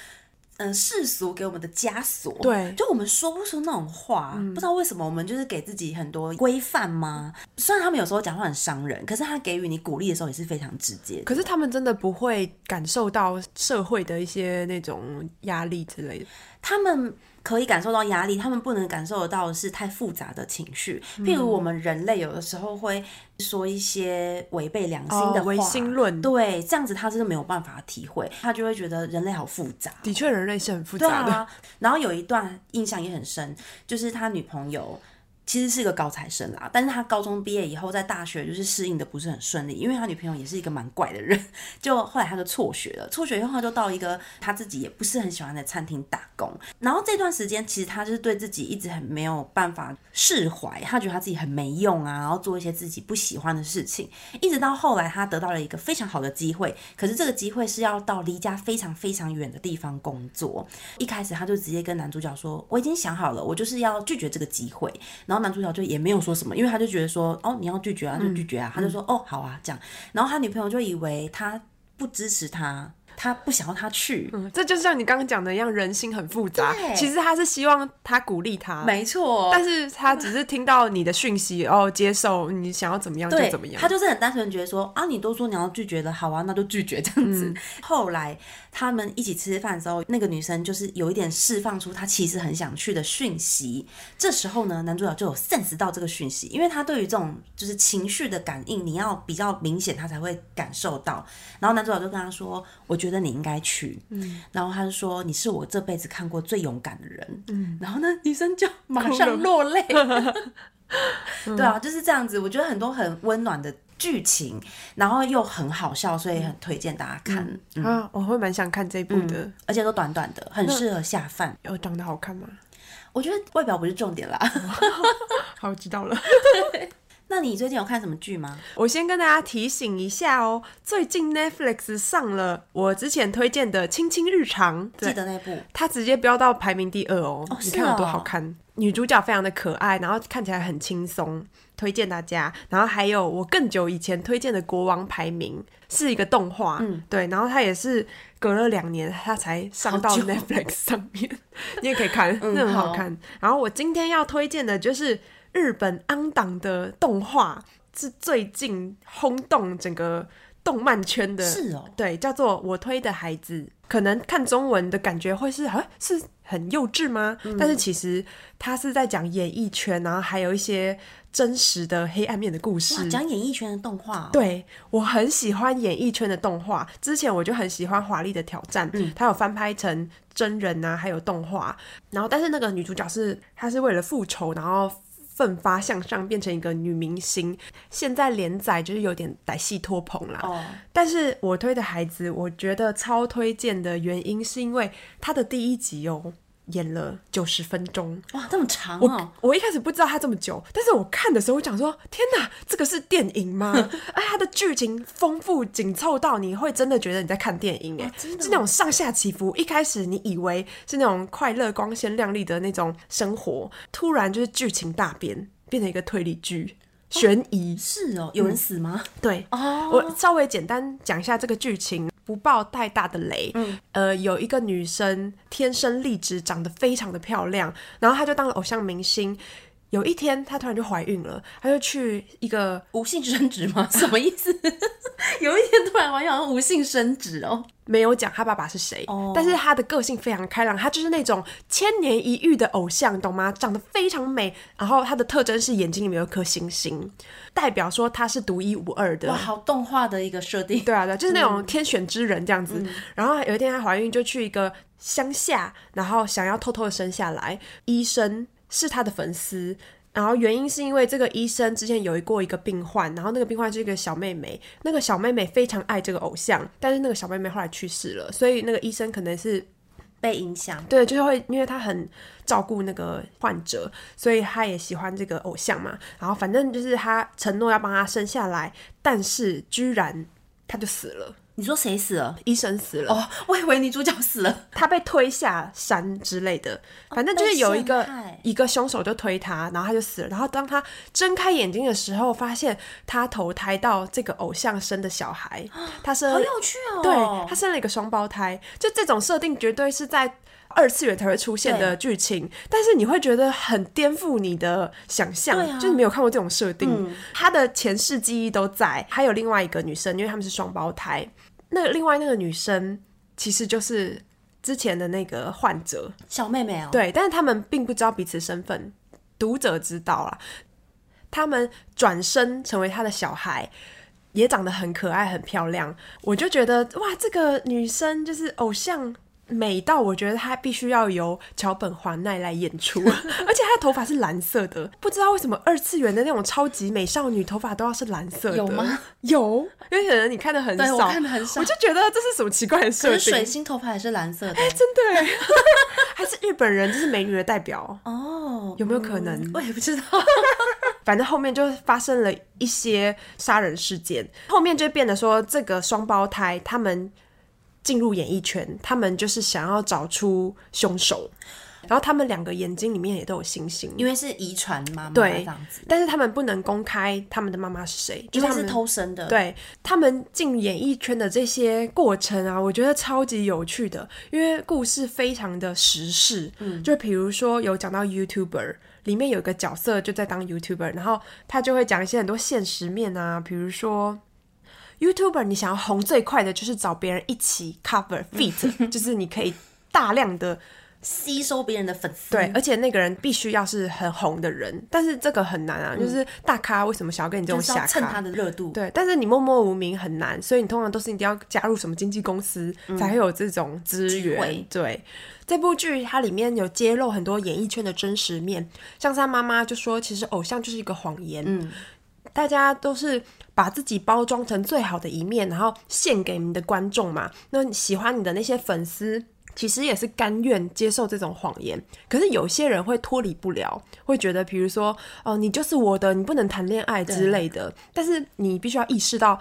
Speaker 2: 嗯，世俗给我们的枷锁，
Speaker 1: 对嗯
Speaker 2: 就我们说不出那种话，不知道为什么我们就是给自己很多规范吗？虽然他们有时候讲话很伤人，可是他给予你鼓励的时候也是非常直接的。
Speaker 1: 可是他们真的不会感受到社会的一些那种压力之类的。
Speaker 2: 他们可以感受到压力，他们不能感受得到的是太复杂的情绪。
Speaker 1: 嗯
Speaker 2: 譬如我们人类有的时候会说一些违背良心的
Speaker 1: 哦
Speaker 2: 话，
Speaker 1: 唯心论
Speaker 2: 对，这样子他真的没有办法体会，他就会觉得人类好复杂。
Speaker 1: 的确，人类是很复
Speaker 2: 对
Speaker 1: 杂的。
Speaker 2: 啊， (laughs) 然后有一段印象也很深，就是他女朋友其实是个高材生啦，但是他高中毕业以后在大学就是适应的不是很顺利，因为他女朋友也是一个蛮怪的人，就后来他就辍学了，辍学以后他就到一个他自己也不是很喜欢的餐厅打工，然后这段时间其实他就是对自己一直很没有办法释怀，他觉得他自己很没用啊，然后做一些自己不喜欢的事情，一直到后来，他得到了一个非常好的机会，可是这个机会是要到离家非常非常远的地方工作。一开始他就直接跟男主角说：“我已经想好了，我就是要拒绝这个机会。”然后男主角就也没有说什么，因为他就觉得说：“哦，你要拒绝啊，就拒绝啊。他就说：“哦，好啊，这样。”然后他女朋友就以为他不支持他，他不想要他去。
Speaker 1: 嗯， (laughs) 这就像你刚刚讲的一样，人心很复杂
Speaker 2: 对。
Speaker 1: 其实他是希望他鼓励他，
Speaker 2: 没错，
Speaker 1: 但是他只是听到你的讯息，哦，接受你想要怎么样就
Speaker 2: 对，
Speaker 1: 怎么样
Speaker 2: 他。就是很单纯地觉得说啊，你都说你要拒绝的，好啊，那就拒绝这样子。
Speaker 1: 嗯
Speaker 2: 后来他们一起吃饭的时候，那个女生就是有一点释放出她其实很想去的讯息。这时候呢，男主角就有 sense 到这个讯息，因为他对于这种就是情绪的感应，你要比较明显，他才会感受到。然后男主角就跟他说：“我觉得你应该去。”嗯，然后他就说：“你是我这辈子看过最勇敢的人。”嗯，然后呢，女生就马上落泪。对啊，就是这样子。我觉得很多很温暖的剧情，然后又很好笑，所以很推荐大家看。嗯
Speaker 1: 啊，我会蛮想看这一部的。
Speaker 2: 而且都短短的，很适合下饭。
Speaker 1: 有长得好看吗？
Speaker 2: 我觉得外表不是重点啦。 (laughs)
Speaker 1: 好，知道了。
Speaker 2: 那你最近有看什么剧吗？
Speaker 1: 我先跟大家提醒一下哦，最近 Netflix 上了我之前推荐的《亲亲日常》，
Speaker 2: 记
Speaker 1: 对，
Speaker 2: 得那部
Speaker 1: 它直接飙到排名第二哦，你看
Speaker 2: 是
Speaker 1: 有多
Speaker 2: 哦
Speaker 1: 好看。女主角非常的可爱，然后看起来很轻松，推荐大家。然后还有我更久以前推荐的《国王排名》是一个动画，嗯，对，然后它也是隔了两年它才上到
Speaker 2: 好久嗯
Speaker 1: Netflix (laughs) 上面，你也可以看，那很好看。然后我今天要推荐的就是日本安档的动画。是最近轰动整个动漫圈的，
Speaker 2: 是哦，
Speaker 1: 对，叫做《我推的孩子》。可能看中文的感觉会是啊，是很幼稚吗？但是其实他是在讲演艺圈，然后还有一些真实的黑暗面的故
Speaker 2: 哇，
Speaker 1: 事。
Speaker 2: 讲演艺圈的动画、哦，
Speaker 1: 对我很喜欢演艺圈的动画，之前我就很喜欢《华丽的挑战》它有翻拍成真人啊，还有动画。然后，但是那个女主角是她是为了复仇，然后奋发向上，变成一个女明星。现在连载就是有点歹戏拖棚啦。
Speaker 2: 哦，
Speaker 1: 但是我推的孩子，我觉得超推荐的原因是因为他的第一集哦。演了九十分钟，
Speaker 2: 哇，这么长哦，
Speaker 1: 我一开始不知道他这么久，但是我看的时候，我讲说：天哪，这个是电影吗？
Speaker 2: (laughs)
Speaker 1: 哎，它的剧情丰富紧凑到你会真的觉得你在看电影，哎、
Speaker 2: 真的哦
Speaker 1: 是那种上下起伏。一开始你以为是那种快乐、光鲜亮丽的那种生活，突然就是剧情大变，变成一个推理剧、悬疑。
Speaker 2: 是哦，有人死吗？
Speaker 1: 对，
Speaker 2: 哦
Speaker 1: 我稍微简单讲一下这个剧情，不爆太大的雷。嗯，呃，有一个女生天生丽质，长得非常的漂亮，然后她就当了偶像明星。有一天，她突然就怀孕了，她就去一个
Speaker 2: 无性生殖 (laughs) 吗？什么意思？有一天突然玩好像无性生殖哦，
Speaker 1: 没有讲她爸爸是谁
Speaker 2: 哦
Speaker 1: 但是她的个性非常开朗，她就是那种千年一遇的偶像，懂吗？长得非常美，然后她的特征是眼睛里面有一颗星星，代表说她是独一无二的。
Speaker 2: 哇，好动画的一个设定，
Speaker 1: 对啊，对啊，就是那种天选之人这样子。然后有一天她怀孕，就去一个乡下，然后想要偷偷的生下来。医生是她的粉丝。然后原因是因为这个医生之前有过一个病患，然后那个病患是一个小妹妹，那个小妹妹非常爱这个偶像，但是那个小妹妹后来去世了，所以那个医生可能是
Speaker 2: 被影响。
Speaker 1: 对，就是会因为他很照顾那个患者，所以他也喜欢这个偶像嘛。然后反正就是他承诺要帮他生下来，但是居然他就死了，
Speaker 2: 你说谁死了？
Speaker 1: 医生死了，
Speaker 2: 哦，我以为女主角死了。
Speaker 1: 他被推下山之类的，反正就是有一个、
Speaker 2: 哦被陷害
Speaker 1: 一个凶手就推他，然后他就死了。然后当他睁开眼睛的时候，发现他投胎到这个偶像生的小孩，他生
Speaker 2: 哦好有趣哦！
Speaker 1: 对，他生了一个双胞胎，就这种设定绝对是在二次元才会出现的剧情，但是你会觉得很颠覆你的想象，
Speaker 2: 对啊嗯
Speaker 1: 就是没有看过这种设定。他的前世记忆都在，还有另外一个女生，因为他们是双胞胎，那另外那个女生其实就是之前的那个患者，
Speaker 2: 小妹妹哦，，
Speaker 1: 对，但是他们并不知道彼此身份，读者知道啦。他们转身成为他的小孩，也长得很可爱、很漂亮。我就觉得哇，这个女生就是偶像美到，我觉得她必须要由桥本环奈来演
Speaker 2: (laughs)
Speaker 1: 出，而且她的头发是蓝色的，不知道为什么二次元的那种超级美少女头发都要是蓝色的，
Speaker 2: 有吗？
Speaker 1: (laughs) 有，因为可能你看的很
Speaker 2: 对我
Speaker 1: 少，
Speaker 2: 看得很少
Speaker 1: 我就觉得这是什么奇怪的设
Speaker 2: 可
Speaker 1: 定。
Speaker 2: 是水星头发也是
Speaker 1: (laughs)
Speaker 2: 蓝色的
Speaker 1: 真的耶，还是日本人，这是美女的代表，
Speaker 2: 哦，
Speaker 1: 有没有可能？
Speaker 2: 我也
Speaker 1: (laughs)
Speaker 2: 不知道。
Speaker 1: 反正后面就发生了一些杀人事件，后面就变得说，这个双胞胎他们进入演艺圈，他们就是想要找出凶手，然后他们两个眼睛里面也都有星星，
Speaker 2: 因为是遗传妈妈这
Speaker 1: 对
Speaker 2: 样子，，
Speaker 1: 但是他们不能公开他们的妈妈是谁，就是
Speaker 2: 因为
Speaker 1: 他
Speaker 2: 是
Speaker 1: 们
Speaker 2: 偷生的，，
Speaker 1: 对他们进演艺圈的这些过程啊，我觉得超级有趣的，因为故事非常的时事。嗯，就比如说有讲到 YouTuber，里面有个角色就在当 YouTuber，然后他就会讲一些很多现实面啊，比如说。YouTuber，你想要红最快的就是找别人一起 cover
Speaker 2: (laughs)
Speaker 1: feat，就是你可以大量的
Speaker 2: 吸收别人的粉丝，
Speaker 1: 对，而且那个人必须要是很红的人，但是这个很难啊，就是大咖为什么想要跟你这
Speaker 2: 嗯
Speaker 1: 种
Speaker 2: 就是
Speaker 1: 小咖？
Speaker 2: 要蹭他的热度，
Speaker 1: 对，但是你默默无名很难，所以你通常都是一定要加入什么经纪公司、才会有这种资
Speaker 2: 嗯机
Speaker 1: 源
Speaker 2: 会。
Speaker 1: 对，这部剧它里面有揭露很多演艺圈的真实面，像是他妈妈就说，其实偶像就是一个谎言，嗯，大家都是。把自己包装成最好的一面，然后献给你的观众嘛。那你喜欢你的那些粉丝，其实也是甘愿接受这种谎言。可是有些人会脱离不了，会觉得，比如说，哦、你就是我的，你不能谈恋爱之类的。但是你必须要意识到，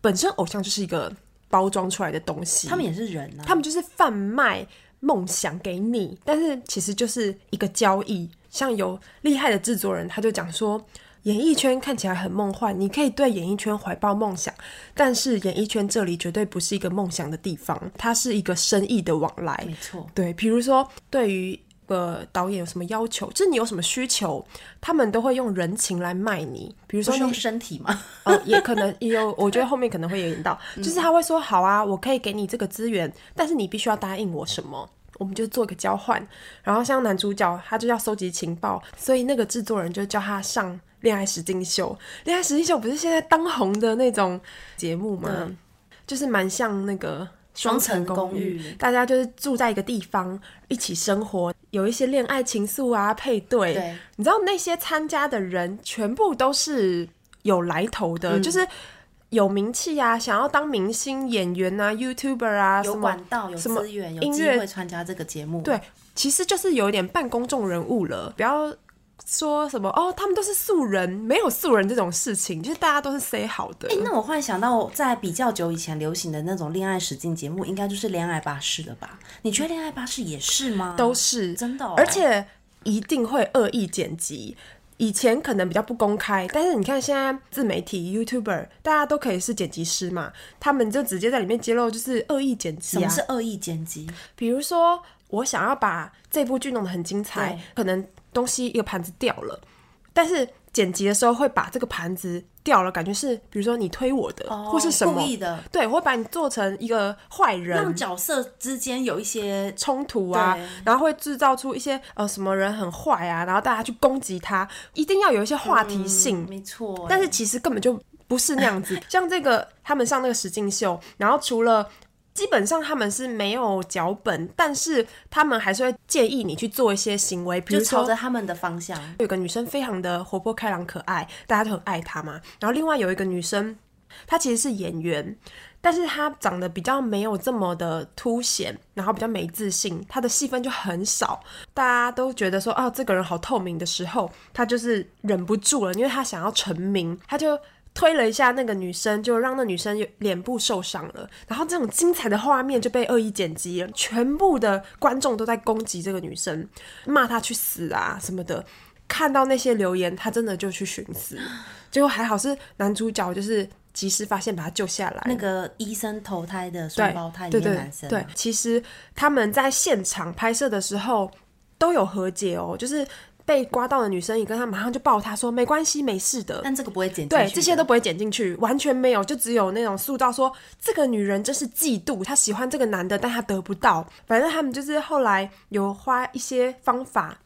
Speaker 1: 本身偶像就是一个包装出来的东西，
Speaker 2: 他们也是人啊，
Speaker 1: 他们就是贩卖梦想给你，但是其实就是一个交易。像有厉害的制作人，他就讲说，演艺圈看起来很梦幻，你可以对演艺圈怀抱梦想，但是演艺圈这里绝对不是一个梦想的地方，它是一个生意的往来。
Speaker 2: 没错，
Speaker 1: 对，比如说对于个导演有什么要求，就是你有什么需求，他们都会用人情来卖你。比如
Speaker 2: 不
Speaker 1: 说
Speaker 2: 是
Speaker 1: 你
Speaker 2: 用身体吗？
Speaker 1: 哦，也可能也
Speaker 2: (laughs)
Speaker 1: 有，我觉得后面可能会有引到，
Speaker 2: 嗯
Speaker 1: 就是他会说好啊，我可以给你这个资源，但是你必须要答应我什么。我们就做一个交换，然后像男主角他就要收集情报，所以那个制作人就叫他上《恋爱实境秀》。《恋爱实境秀》不是现在当红的那种节目吗？就是蛮像那个双层公
Speaker 2: 嗯双层公寓
Speaker 1: 大家就是住在一个地方一起生活，有一些恋爱情愫啊，配 (laughs) 对，
Speaker 2: 对
Speaker 1: 你知道那些参加的人全部都是有来头
Speaker 2: 嗯
Speaker 1: 的，就是有名气啊，想要当明星、演员啊、YouTuber 啊，
Speaker 2: 有
Speaker 1: 什么
Speaker 2: 管道，有
Speaker 1: 什么
Speaker 2: 资源，有
Speaker 1: 音
Speaker 2: 机
Speaker 1: 乐
Speaker 2: 会参加这个节目。
Speaker 1: 对，其实就是有一点半公众人物了，不要。说什么哦？他们都是素人，没有素人这种事情，就是大家都是 say 好的。
Speaker 2: 诶那我忽然想到，在比较久以前流行的那种恋爱实境节目，应该就是《恋爱巴士》了吧？你觉得《恋爱巴士》也是吗？
Speaker 1: 都是
Speaker 2: 真的哦
Speaker 1: 而且一定会恶意剪辑。以前可能比较不公开，但是你看现在自媒体 YouTuber，大家都可以是剪辑师嘛，他们就直接在里面揭露就是恶意剪
Speaker 2: 什
Speaker 1: 辑
Speaker 2: 么
Speaker 1: 啊
Speaker 2: 是，恶意剪辑？
Speaker 1: 比如说我想要把这部剧弄得很精彩
Speaker 2: 对，
Speaker 1: 可能东西一个盘子掉了，但是剪辑的时候会把这个盘子掉了，感觉是比如说你推我的，
Speaker 2: 哦
Speaker 1: 或是什么
Speaker 2: 故意的，
Speaker 1: 对，我会把你做成一个坏人，
Speaker 2: 让角色之间有一些
Speaker 1: 冲突啊
Speaker 2: 对，
Speaker 1: 然后会制造出一些呃什么人很坏啊，然后大家去攻击他，一定要有一些话题性，
Speaker 2: 没错欸，
Speaker 1: 但是其实根本就不是那样
Speaker 2: (laughs)
Speaker 1: 子。像这个他们上那个实境秀，然后除了基本上他们是没有脚本，但是他们还是会建议你去做一些行为，比
Speaker 2: 就
Speaker 1: 如
Speaker 2: 朝
Speaker 1: 说
Speaker 2: 着他们的方向，
Speaker 1: 有个女生非常的活泼开朗可爱，大家都很爱她嘛。然后另外有一个女生，她其实是演员，但是她长得比较没有这么的凸显，然后比较没自信，她的戏份就很少。大家都觉得说，哦，这个人好透明的时候，她就是忍不住了，因为她想要成名，她就。推了一下那个女生，就让那女生有脸部受伤了。然后这种精彩的画面就被恶意剪辑了，全部的观众都在攻击这个女生，骂她去死啊什么的。看到那些留言，他真的就去寻死，结果还好是男主角就是及时发现把他救下来。
Speaker 2: 那个医生投胎的
Speaker 1: 对
Speaker 2: 双胞胎里
Speaker 1: 对
Speaker 2: 面
Speaker 1: 对
Speaker 2: 男生啊，
Speaker 1: 对，其实他们在现场拍摄的时候都有和解哦，就是被刮到的女生也跟他马上就抱他说没关系，没事的。
Speaker 2: 但这个不会剪进
Speaker 1: 对，
Speaker 2: 去
Speaker 1: 这些
Speaker 2: 的
Speaker 1: 都不会剪进去，完全没有，就只有那种塑造说这个女人真是嫉妒，她喜欢这个男的，但她得不到。反正他们就是后来有花一些方法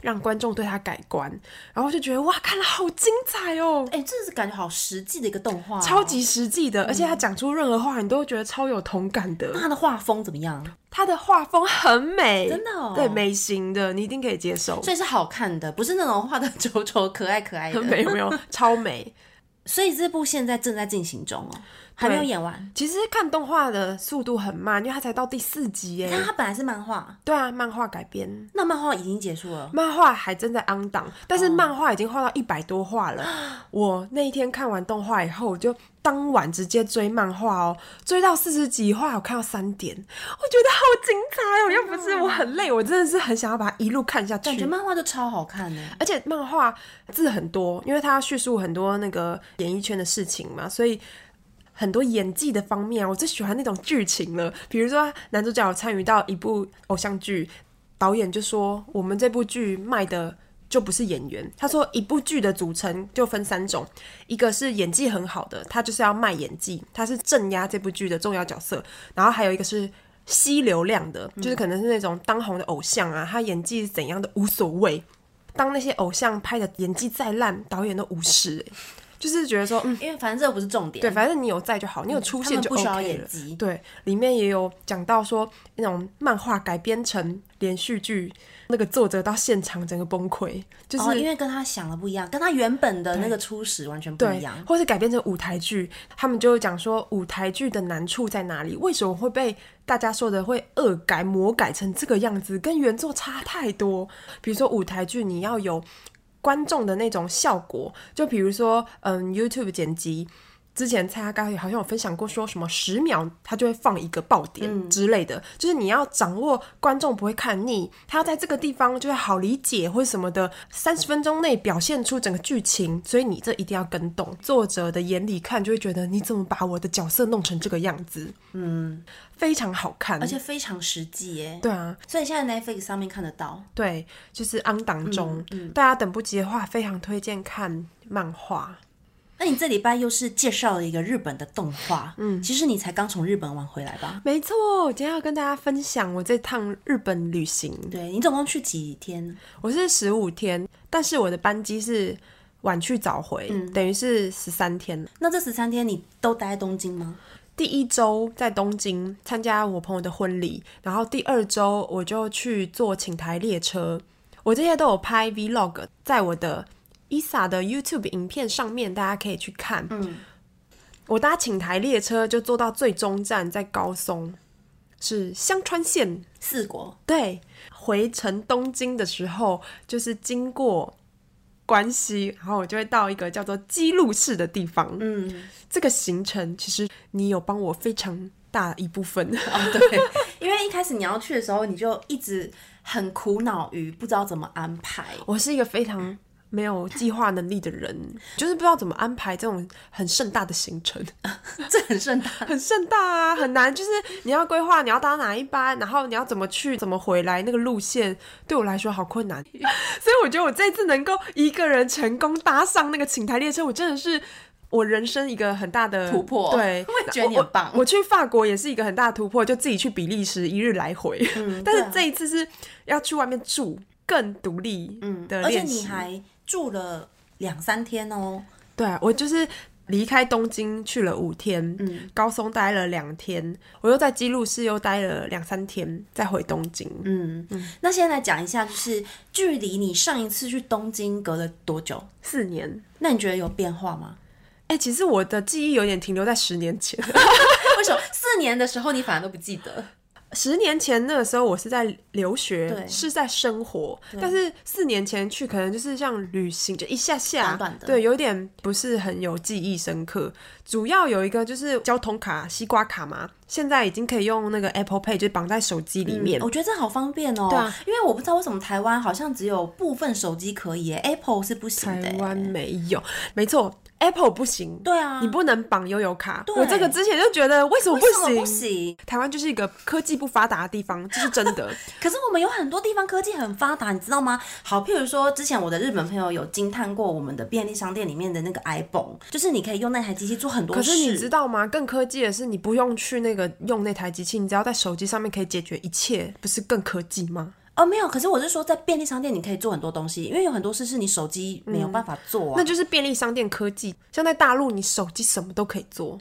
Speaker 1: 让观众对她改观，然后就觉得哇，看了好精彩哦，
Speaker 2: 哎、这是感觉好实际的一个动画哦、
Speaker 1: 超级实际的，而且她讲出任何话，你都会觉得超有同感的。
Speaker 2: 那它的画风怎么样？
Speaker 1: 她的画风很美，
Speaker 2: 真的哦
Speaker 1: 对美型的，你一定可以接受。
Speaker 2: 所以是好看的，不是那种画的丑丑、可爱可爱
Speaker 1: (laughs)
Speaker 2: 的。
Speaker 1: 没有
Speaker 2: (laughs)
Speaker 1: 没有，超美。
Speaker 2: 所以这部现在正在进行中哦，还没有演完。
Speaker 1: 其实看动画的速度很慢，因为它才到第四集耶。
Speaker 2: 但它本来是漫画，
Speaker 1: 对啊，漫画改编。
Speaker 2: 那漫画已经结束了。
Speaker 1: 漫画还正在 on 档，但
Speaker 2: 哦
Speaker 1: 是漫画已经画到一百多画了。
Speaker 2: (gasps)
Speaker 1: 我那一天看完动画以后，我就当晚直接追漫画哦，追到四十几画，我看到三点，我觉得好精彩哦！又不是我很累，我真的是很想要把它一路看下
Speaker 2: 感觉
Speaker 1: 去。
Speaker 2: 漫画就超好看呢、
Speaker 1: 而且漫画字很多，因为它叙述很多那个演艺圈的事情嘛，所以很多演技的方面啊，我最喜欢那种剧情了。比如说男主角有参与到一部偶像剧，导演就说我们这部剧卖的。就不是演员，他说一部剧的组成就分三种，一个是演技很好的，他就是要卖演技，他是镇压这部剧的重要角色，然后还有一个是吸流量的，就是可能是那种当红的偶像啊，他演技是怎样的无所谓，当那些偶像拍的演技再烂，导演都无视、欸，就是觉得说，嗯，
Speaker 2: 因为反正这不是重点。
Speaker 1: 对，反正你有在就好，你有出现就
Speaker 2: 嗯他们不需要
Speaker 1: OK 了
Speaker 2: 演技
Speaker 1: 对，里面也有讲到说，那种漫画改编成连续剧，那个作者到现场整个崩溃，就是、
Speaker 2: 哦，因为跟他想的不一样，跟他原本的那个初始完全不一
Speaker 1: 对
Speaker 2: 样，。
Speaker 1: 或是改编成舞台剧，他们就讲说舞台剧的难处在哪里？为什么会被大家说的会恶改、魔改成这个样子？跟原作差太多。比如说舞台剧，你要有观众的那种效果，就比如说嗯，YouTube 剪辑。之前蔡阿刚好像有分享过，说什么十秒他就会放一个爆点之类的，就是你要掌握观众不会看腻，他要在这个地方就是好理解或者什么的，三十分钟内表现出整个剧情，所以你这一定要跟动。作者的眼里看就会觉得你怎么把我的角色弄成这个样子，嗯，非常好看，
Speaker 2: 而且非常实际耶。
Speaker 1: 嗯对啊，
Speaker 2: 所以现在 Netflix 上面看得到，
Speaker 1: 对，就是昂档中，大家等不及的话，非常推荐看漫画。
Speaker 2: 那你这礼拜又是介绍了一个日本的动画，嗯，其实你才刚从日本玩回来吧？
Speaker 1: 没错，我今天要跟大家分享我这趟日本旅行。
Speaker 2: 对你总共去几天？
Speaker 1: 我是十五天，但是我的班机是晚去早回，等于是十三天。
Speaker 2: 那这十三天你都待在东京吗？
Speaker 1: 第一周在东京参加我朋友的婚礼，然后第二周我就去坐请台列车。我这些都有拍 vlog，在我的 ISA 的 YouTube 影片上面，大家可以去看。嗯，我搭请台列车就坐到最终站，在高松，是香川县。
Speaker 2: 四国，
Speaker 1: 对，回程东京的时候，就是经过关西，然后我就会到一个叫做姬路市的地方。嗯，这个行程其实你有帮我非常大一部分。 (laughs)
Speaker 2: 哦对， (laughs) 因为一开始你要去的时候，你就一直很苦恼于不知道怎么安
Speaker 1: (laughs)
Speaker 2: 排。
Speaker 1: 我是一个非常没有计划能力的人，就是不知道怎么安排这种很盛大的行程，
Speaker 2: 这很盛大，
Speaker 1: 很盛大啊，很难。就是你要规划你要搭哪一班，然后你要怎么去，怎么回来，那个路线对我来说好困难。 (laughs) 所以我觉得我这次能够一个人成功搭上那个请台列车，我真的是。我人生一个很大的
Speaker 2: 突破
Speaker 1: 对，
Speaker 2: 我也觉得你很棒
Speaker 1: 我。我去法国也是一个很大的突破，就自己去比利时一日来回。但
Speaker 2: 对
Speaker 1: 是
Speaker 2: 啊
Speaker 1: 这一次是要去外面住，更独立的
Speaker 2: 嗯而且
Speaker 1: 练
Speaker 2: 你
Speaker 1: 习。
Speaker 2: 还住了两三天哦。
Speaker 1: 对我就是离开东京去了五天，
Speaker 2: 嗯
Speaker 1: 高松待了两天，我又在基路市又待了两三天，再回东京。
Speaker 2: 嗯，那现在来讲一下，就是距离你上一次去东京隔了多久？
Speaker 1: 四年。
Speaker 2: 那你觉得有变化吗？ (laughs)
Speaker 1: 哎、其实我的记忆有点停留在十年前。 (laughs)
Speaker 2: 为什么四年的时候你反而都不记得？
Speaker 1: 十年前那个时候，我是在留学，
Speaker 2: 对
Speaker 1: 是在生活，但是四年前去，可能就是像旅行，就一下下，
Speaker 2: 短短的
Speaker 1: 对，有点不是很有记忆深刻。主要有一个就是交通卡、西瓜卡嘛，现在已经可以用那个 Apple Pay，就绑在手机里面。
Speaker 2: 我觉得这好方便哦。
Speaker 1: 对啊，
Speaker 2: 因为我不知道为什么台湾好像只有部分手机可以耶，Apple 是不行的
Speaker 1: 台
Speaker 2: 耶。
Speaker 1: 湾没有，没错，Apple 不行。
Speaker 2: 对啊，
Speaker 1: 你不能绑悠游卡，
Speaker 2: 对
Speaker 1: 我这个之前就觉得为什么不
Speaker 2: 为什么
Speaker 1: 行？
Speaker 2: 不行？
Speaker 1: 台湾就是一个科技不发达的地方，这是真
Speaker 2: (laughs)
Speaker 1: 的。
Speaker 2: 可是我们有很多地方科技很发达，你知道吗？好，譬如说，之前我的日本朋友有惊叹过我们的便利商店里面的那个 iPhone，就是你可以用那台机器做很多
Speaker 1: 可
Speaker 2: 事。
Speaker 1: 是你知道吗？更科技的是，你不用去那个用那台机器，你只要在手机上面可以解决一切，不是更科技吗？
Speaker 2: 哦，没有。可是我是说，在便利商店你可以做很多东西，因为有很多事是你手机没有办法做
Speaker 1: 嗯
Speaker 2: 啊。
Speaker 1: 那就是便利商店科技，像在大陆，你手机什么都可以做，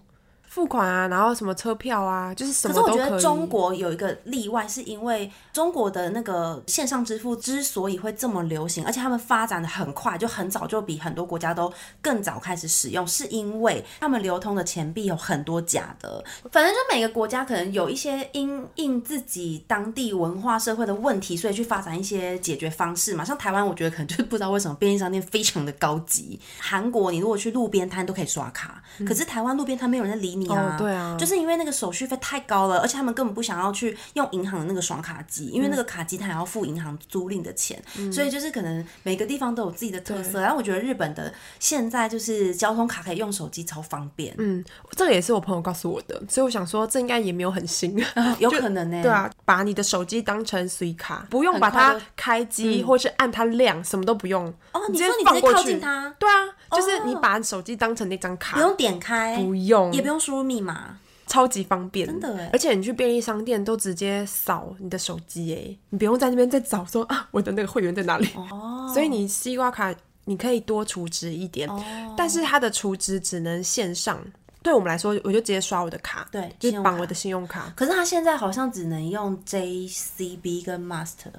Speaker 1: 付款啊，然后什么车票啊，就是什么
Speaker 2: 可是
Speaker 1: 都
Speaker 2: 我
Speaker 1: 可以。
Speaker 2: 觉得中国有一个例外，是因为中国的那个线上支付之所以会这么流行，而且他们发展的很快，就很早就比很多国家都更早开始使用，是因为他们流通的钱币有很多假的。反正就每个国家可能有一些因应自己当地文化社会的问题，所以去发展一些解决方式嘛。像台湾，我觉得可能就是不知道为什么便利商店非常的高级，韩国你如果去路边摊都可以刷卡，可是台湾路边摊没有人在理你啊，
Speaker 1: 嗯哦对啊
Speaker 2: 就是因为那个手续费太高了，而且他们根本不想要去用银行的那个爽卡机，因为那
Speaker 1: 嗯
Speaker 2: 个卡机它还要付银行租赁的钱，所以就是可能每个地方都有自己的特色。然后我觉得日本的现在就是交通卡可以用手机，超方便，
Speaker 1: 嗯，这个也是我朋友告诉我的，所以我想说这应该也没有很新。
Speaker 2: 有可能呢、
Speaker 1: 对啊，把你的手机当成随卡，不用把
Speaker 2: 嗯很
Speaker 1: 它
Speaker 2: 快就嗯
Speaker 1: 开机、或是按它亮，什么都不用。哦
Speaker 2: 你说你直
Speaker 1: 放
Speaker 2: 接
Speaker 1: 过
Speaker 2: 靠
Speaker 1: 去
Speaker 2: 近它哦
Speaker 1: 对啊，就是你把手机当成那张卡，
Speaker 2: 不用点开，
Speaker 1: 不用
Speaker 2: 也不用输入密码。
Speaker 1: 超级方便，真
Speaker 2: 的欸耶
Speaker 1: 而且你去便利商店都直接扫你的手机，哎，你不用在那边再找说啊我的那个会员在哪里。哦，所以你西瓜卡你可以多储值一点，
Speaker 2: 哦
Speaker 1: 但是它的储值只能线上。对我们来说，我就直接刷我的卡，
Speaker 2: 对
Speaker 1: 就
Speaker 2: 信
Speaker 1: 是
Speaker 2: 用
Speaker 1: 绑
Speaker 2: 卡
Speaker 1: 我的信用卡。
Speaker 2: 可是它现在好像只能用 JCB 跟 Master，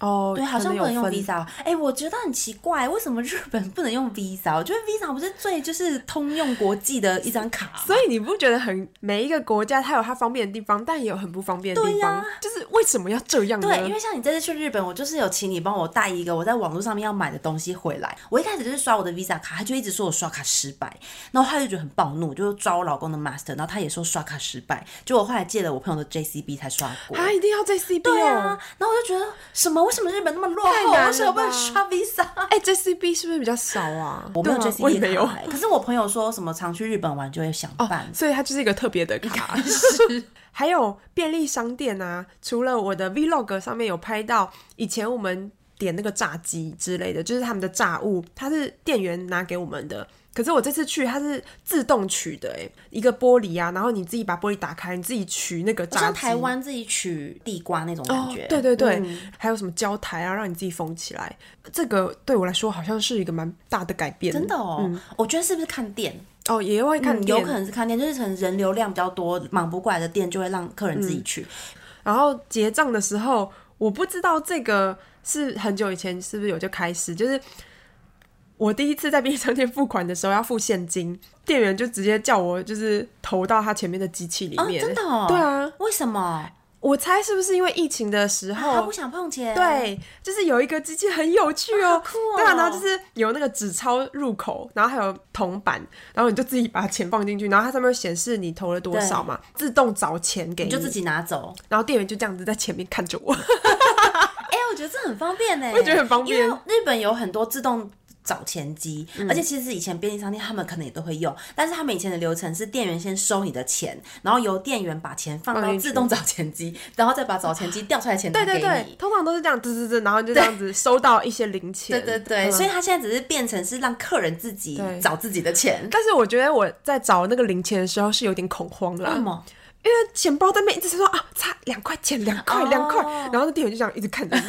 Speaker 1: 哦，
Speaker 2: 对，好像不
Speaker 1: 可
Speaker 2: 能
Speaker 1: 有
Speaker 2: 用
Speaker 1: 分
Speaker 2: Visa 哦。哎、我觉得很奇怪，为什么日本不能用 Visa？我觉得 Visa 不是最就是通用国际的一张卡吗
Speaker 1: 所以你不觉得很每一个国家它有它方便的地方，但也有很不方便的地方，就是为什么要这样呢？
Speaker 2: 对，因为像你这次去日本，我就是有请你帮我带一个我在网络上面要买的东西回来。我一开始就是刷我的 Visa 卡，他就一直说我刷卡失败，然后他就觉得很暴怒，就抓我老公的 Master，然后他也说刷卡失败。结果我后来借了我朋友的 JCB 才刷过。
Speaker 1: 啊，一定要在 CB
Speaker 2: 对
Speaker 1: 哦
Speaker 2: 啊。，然后我就觉得什么？为什么日本那么落
Speaker 1: 太
Speaker 2: 后？
Speaker 1: 难了
Speaker 2: 为什么不能
Speaker 1: 吧
Speaker 2: 刷 Visa？
Speaker 1: 哎、这 c b 是不是比较少啊？
Speaker 2: 我没有哦
Speaker 1: 对啊
Speaker 2: JCB
Speaker 1: 我也没有
Speaker 2: 卡欸可是我朋友说什么常去日本玩就会想办。
Speaker 1: (laughs) 所以它就是一个特别的
Speaker 2: (laughs)
Speaker 1: 卡。还有便利商店啊，除了我的 Vlog 上面有拍到以前我们点那个炸鸡之类的，就是他们的炸物，它是店员拿给我们的。可是我这次去，它是自动取的、欸，一个玻璃啊，然后你自己把玻璃打开，你自己取那个炸鸡。
Speaker 2: 像台湾自己取地瓜那种感觉，
Speaker 1: 哦、对对对，
Speaker 2: 嗯
Speaker 1: 还有什么胶台啊，让你自己封起来，这个对我来说好像是一个蛮大的改变。
Speaker 2: 真的哦。我觉得是不是看店？
Speaker 1: 哦，也会看
Speaker 2: 嗯
Speaker 1: 店、
Speaker 2: 有可能是看店，就是可能人流量比较多，忙不过来的店就会让客人自己去。
Speaker 1: 然后结账的时候，我不知道这个是很久以前是不是有就开始，就是我第一次在便利商店付款的时候要付现金，店员就直接叫我就是投到他前面的机器里
Speaker 2: 啊，
Speaker 1: 面。
Speaker 2: 真的、哦？
Speaker 1: 对啊，
Speaker 2: 为什么？
Speaker 1: 我猜是不是因为疫情的时候，
Speaker 2: 啊他不想碰钱。，
Speaker 1: 对，就是有一个机器很有趣哦，
Speaker 2: 啊好酷哦
Speaker 1: 对啊，然后就是有那个纸钞入口，然后还有铜板，然后你就自己把钱放进去，然后它上面会显示你投了多少嘛，自动找钱给你，
Speaker 2: 你就自己拿走。
Speaker 1: 然后店员就这样子在前面看着我，
Speaker 2: 哎、我觉得这很方便呢、
Speaker 1: (laughs) 我觉得很方便嗯
Speaker 2: 因为日本有很多自动。找钱机，而且其实以前便利商店他们可能也都会用，但是他们以前的流程是店员先收你的钱，然后由店员把钱放
Speaker 1: 放
Speaker 2: 到
Speaker 1: 进去
Speaker 2: 自动找钱机，然后再把找钱机调出来的钱
Speaker 1: (laughs)
Speaker 2: 拿
Speaker 1: 对
Speaker 2: 给你。
Speaker 1: 对对，通常都是这样，滋滋滋，然后你就这样子收到一些零钱，
Speaker 2: 对对对
Speaker 1: 嗯
Speaker 2: 所以他现在只是变成是让客人自己
Speaker 1: 对
Speaker 2: 找自己的钱。
Speaker 1: (laughs) 但是我觉得我在找那个零钱的时候是有点恐慌
Speaker 2: 为
Speaker 1: 啦，
Speaker 2: 什么？
Speaker 1: 因为钱包在那边一直说啊，差两块钱，两块，
Speaker 2: 哦
Speaker 1: 两块，然后那店员就这样一直看着你，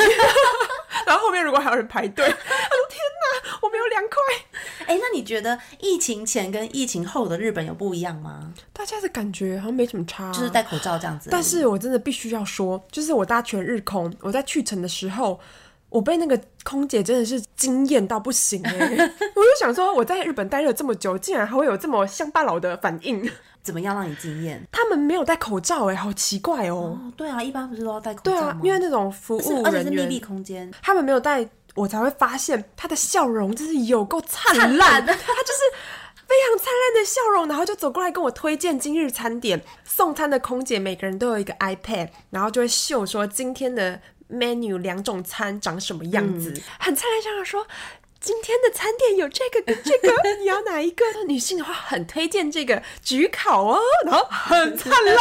Speaker 1: (laughs) 然后后面如果还有人排队，他说天哪，我没有两块，
Speaker 2: 哎、那你觉得疫情前跟疫情后的日本有不一样吗？
Speaker 1: 大家的感觉好像没什么差、
Speaker 2: 就是戴口罩这样子
Speaker 1: 啊
Speaker 2: 而已。
Speaker 1: 但是我真的必须要说，就是我搭全日空，我在去程的时候。我被那个空姐真的是惊艳到不行
Speaker 2: (laughs)
Speaker 1: 哎、我就想说，我在日本待了这么久，竟然还会有这么乡巴佬的反应。
Speaker 2: 怎么样让你惊艳？
Speaker 1: 他们没有戴口罩哎、好奇怪哦、
Speaker 2: 哦，对啊，一般不是都要戴口
Speaker 1: 对
Speaker 2: 罩吗？
Speaker 1: 啊，因为那种服
Speaker 2: 是
Speaker 1: 务
Speaker 2: 而哦且是
Speaker 1: 人
Speaker 2: 密
Speaker 1: 员
Speaker 2: 闭空间，
Speaker 1: 他们没有戴，我才会发现他的笑容真是有够灿烂，他就是。非常灿烂的笑容，然后就走过来跟我推荐今日餐点。送餐的空姐每个人都有一个 iPad，然后就会秀说今天的 menu 两种餐长什么样子，很灿烂笑容说今天的餐点有这个跟这个，你要哪一个？女性的话很推荐这个焗烤哦，然后 (laughs) 很灿烂，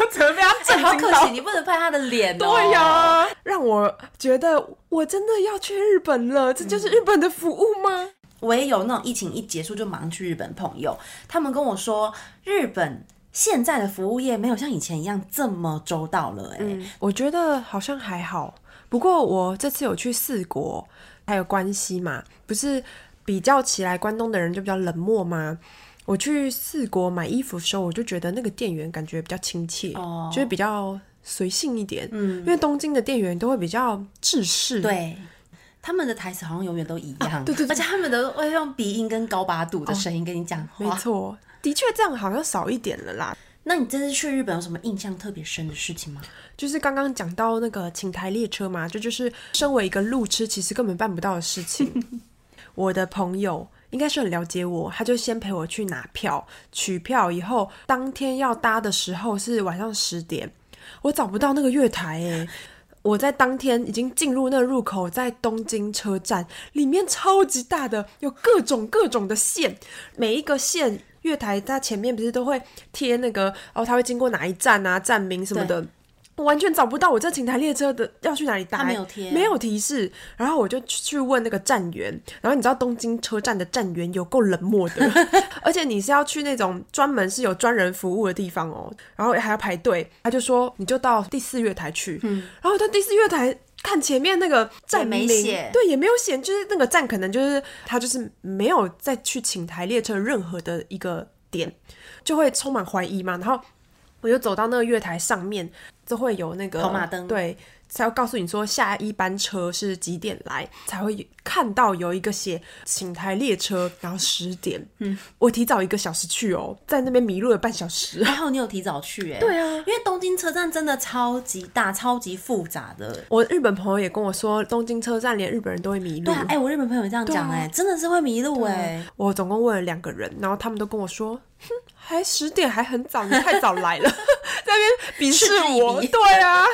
Speaker 1: 我怎么被
Speaker 2: (laughs)
Speaker 1: 他
Speaker 2: 哎、
Speaker 1: 震 (laughs)
Speaker 2: 好
Speaker 1: 惊
Speaker 2: 可
Speaker 1: 到
Speaker 2: 惜，？你不能拍他的脸、哦。
Speaker 1: 对呀、让我觉得我真的要去日本了，这就是日本的服务吗？
Speaker 2: 我也有那种疫情一结束就马上去日本朋友，他们跟我说日本。现在的服务业没有像以前一样这么周到了、哎、
Speaker 1: 我觉得好像还好，不过我这次有去四国，还有关西嘛，不是比较起来，关东的人就比较冷漠吗？我去四国买衣服的时候，我就觉得那个店员感觉比较亲切，
Speaker 2: 哦
Speaker 1: 就是比较随性一点。嗯，因为东京的店员都会比较制式，，
Speaker 2: 对，他们的台词好像永远都一样，
Speaker 1: 啊对对对哦
Speaker 2: 而且他们的会用鼻音跟高八度的声音跟你讲话。
Speaker 1: 没错，的确这样好像少一点了啦。
Speaker 2: 那你这次去日本有什么印象特别深的事情吗？
Speaker 1: 就是刚刚讲到那个请台列车嘛，这就是身为一个路痴，其实根本办不到的事情。我的朋友应该是很了解我，他就先陪我去拿票，取票以后，当天要搭的时候是晚上十点，我找不到那个月台诶、我在当天已经进入那个入口，在东京车站里面超级大的，有各种各种的线，每一个线月台它前面不是都会贴那个哦，它会经过哪一站啊，站名什么的。我完全找不到我这请台列车的要去哪里搭、
Speaker 2: 它没有贴
Speaker 1: 没有提示。然后我就去问那个站员，然后你知道东京车站的站员有够冷漠
Speaker 2: (laughs)
Speaker 1: 的，而且你是要去那种专门是有专人服务的地方哦，然后还要排队。他就说你就到第四月台去，然后我到第四月台看前面那个站名
Speaker 2: 嗯也没写
Speaker 1: 对，也没有写，就是那个站可能就是他就是没有再去请台列车任何的一个点，就会充满怀疑嘛。然后我就走到那个月台上面，就会有那个
Speaker 2: 跑马灯
Speaker 1: 对。才要告诉你说下一班车是几点来，才会看到有一个写请台列车，然后十点。嗯，我提早一个小时去哦，在那边迷路了半小时。 (laughs)
Speaker 2: 还好你有提早去哎、
Speaker 1: 对啊
Speaker 2: 因为东京车站真的超级大、超级复杂的。
Speaker 1: 我日本朋友也跟我说，东京车站连日本人都会迷路
Speaker 2: 对。啊，哎、我日本朋友这样讲
Speaker 1: 对啊啊
Speaker 2: 哎、真的是会迷路哎、
Speaker 1: 我总共问了两个人，然后他们都跟我说，哼，还十点还很早，你太早来了， (laughs) 在那边鄙视我。
Speaker 2: 嗤之以鼻
Speaker 1: 对啊，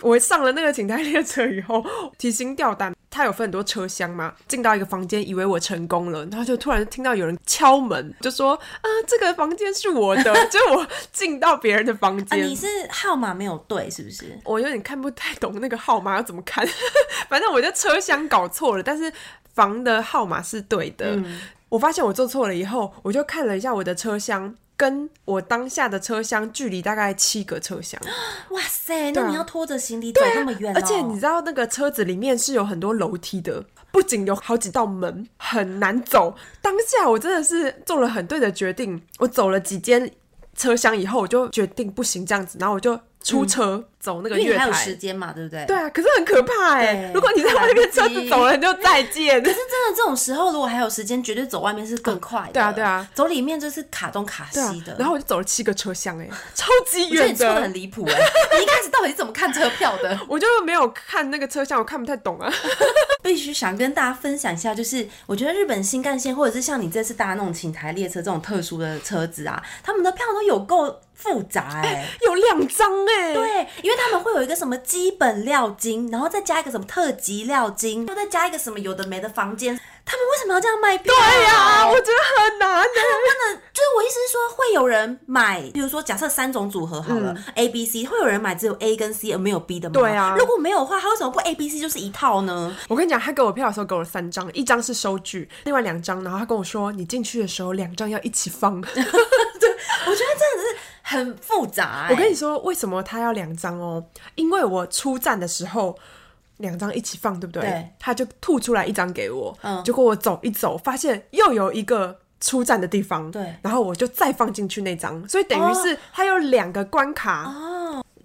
Speaker 1: 我上了那个请台列车以后，提心吊胆。它有分很多车厢嘛，进到一个房间，以为我成功了，然后就突然听到有人敲门，就说啊，这个房间是我的， (laughs) 就是我进到别人的房
Speaker 2: 啊，
Speaker 1: 间。
Speaker 2: 你是号码没有对是不是？
Speaker 1: 我有点看不太懂那个号码要怎么看， (laughs) 反正我的车厢搞错了，但是房的号码是对的。
Speaker 2: 嗯
Speaker 1: 我发现我做错了以后，我就看了一下我的车厢。跟我当下的车厢距离大概七个车厢，
Speaker 2: 哇塞，
Speaker 1: 对啊啊
Speaker 2: 那你要拖着行李走那么远、哦
Speaker 1: 而且你知道那个车子里面是有很多楼梯的，不仅有好几道门，很难走。当下我真的是做了很对的决定，我走了几间车厢以后，我就决定不行这样子，然后我就出车、走那个
Speaker 2: 嗯因
Speaker 1: 月
Speaker 2: 为你
Speaker 1: 台。
Speaker 2: 还有时间嘛，对不对？
Speaker 1: 对。啊，可是很可怕哎、
Speaker 2: 对
Speaker 1: 如果你在外面车子走了，你就再见。
Speaker 2: 可是真的这种时候，如果还有时间，绝对走外面是更快的。
Speaker 1: 对啊对啊，
Speaker 2: 走里面就是卡东卡
Speaker 1: 对啊
Speaker 2: 西的。，
Speaker 1: 然后我就走了七个车厢哎、超级
Speaker 2: 我觉得
Speaker 1: 远
Speaker 2: 你错的
Speaker 1: 的
Speaker 2: 很。离谱哎！ (laughs) 你一开始到底是怎么看车票
Speaker 1: (laughs)
Speaker 2: 的？
Speaker 1: 我就没有看那个车厢，我看不太懂啊。
Speaker 2: 必须想跟大家分享一下，就是我觉得日本新干线或者是像你这次搭那种请台列车这种特殊的车子啊，他们的票都有够复杂哎、
Speaker 1: 有两张哎，
Speaker 2: 对，因为他们会有一个什么基本料金，然后再加一个什么特级料金，又再加一个什么有的没的房间，他们为什么要这样卖票？对
Speaker 1: 对啊，我觉得很难哎、
Speaker 2: 就是我意思是说，会有人买，比如说假设三种组合好了、a B、C，会有人买只有 A 跟 C 而没有 B 的吗？
Speaker 1: 嗯对啊
Speaker 2: 如果没有的话，他为什么不 A、B、C 就是一套呢？
Speaker 1: 我跟你讲，他给我票的时候给我三张，一张是收据，另外两张，然后他跟我说你进去的时候两张要一起放。
Speaker 2: 我觉得真的是很复杂、欸。
Speaker 1: 我跟你说，为什么他要两张哦？因为我出站的时候两张一起放，对不对？
Speaker 2: 对
Speaker 1: 他就吐出来一张给我，
Speaker 2: 嗯
Speaker 1: 结果我走一走，发现又有一个。出站的地方，
Speaker 2: 对哦
Speaker 1: 然后我就再放进去那张，所以等于是它有两个关卡，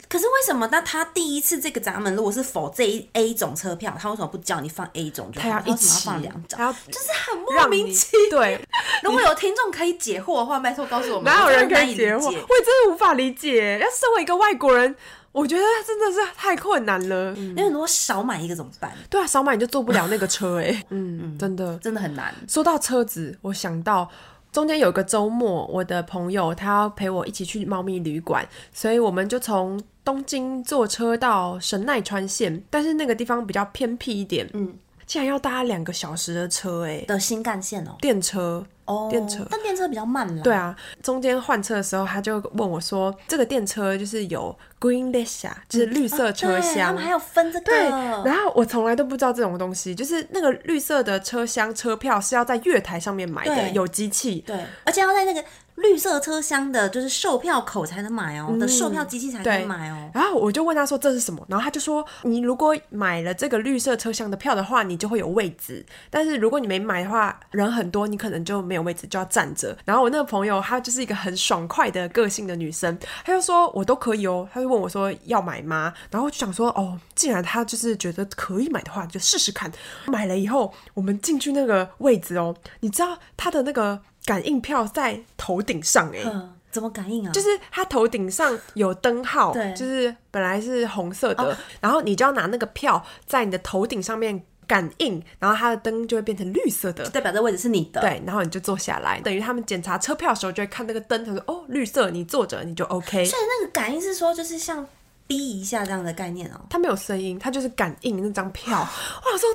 Speaker 2: 可是为什么？那他第一次这个闸门如果是否这一 A 种车票，他为什么不叫你放 A 种就好？
Speaker 1: 它要
Speaker 2: 他
Speaker 1: 一
Speaker 2: 为什么要
Speaker 1: 起
Speaker 2: 放两，张？
Speaker 1: 它要
Speaker 2: 就是很莫
Speaker 1: 让
Speaker 2: 名
Speaker 1: 你
Speaker 2: 其
Speaker 1: 对，
Speaker 2: (laughs) 如果有听众可以解惑的话，拜托告诉我们，
Speaker 1: 哪有
Speaker 2: 我
Speaker 1: 人
Speaker 2: 真的
Speaker 1: 可
Speaker 2: 难
Speaker 1: 以解惑？我
Speaker 2: 理
Speaker 1: 也真的无法理解。要身为一个外国人，我觉得真的是太困难了。
Speaker 2: 因为如果少买一个怎么办？
Speaker 1: 对啊，少买你就坐不了那个车哎、嗯，真的，
Speaker 2: 真的很难。
Speaker 1: 说到车子，我想到中间有个周末，我的朋友他要陪我一起去猫咪旅馆，所以我们就从东京坐车到神奈川县，但是那个地方比较偏僻一点，嗯，竟然要搭两个小时的车、哎，
Speaker 2: 的新干线哦，
Speaker 1: 电车。
Speaker 2: 哦，
Speaker 1: 电车
Speaker 2: 但电车比较慢啦。
Speaker 1: 对啊，中间换车的时候，他就问我说：“这个电车就是有 green l i s h 就是绿色车
Speaker 2: 嗯哦对，他
Speaker 1: 厢，
Speaker 2: 们还有分这
Speaker 1: 对，
Speaker 2: 个。
Speaker 1: 然后我从来都不知道这种东西，就是那个绿色的车厢车票是要在月台上面买的，
Speaker 2: 对
Speaker 1: 有机器。
Speaker 2: 对，而且要在那个绿色车厢的，就是售票口才能买
Speaker 1: 嗯
Speaker 2: 哦，的售票机器才
Speaker 1: 对
Speaker 2: 能买哦。
Speaker 1: 然后我就问他说这是什么，然后他就说你如果买了这个绿色车厢的票的话，你就会有位置；但是如果你没买的话，人很多，你可能就没有位置，就要站着。然后我那个朋友她就是一个很爽快的个性的女生，她就说我都可以哦，她就问我说要买吗？然后我就想说哦，既然她就是觉得可以买的话，就试试看。买了以后，我们进去那个位置哦，你知道她的那个感应票在头顶上哎、
Speaker 2: 嗯，怎么感应啊？
Speaker 1: 就是它头顶上有灯号，
Speaker 2: 对哦
Speaker 1: 就是本来是红色的，然后你就要拿那个票在你的头顶上面感应，然后它的灯就会变成绿色的。
Speaker 2: 代表这位置是你的。
Speaker 1: 对，然后你就坐下来，等于他们检查车票的时候就会看那个灯，他说哦，绿色，你坐着你就 OK。
Speaker 2: 所以那个感应是说，就是像逼一下这样的概念哦。
Speaker 1: 他没有声音，他就是感应那张票。我想说，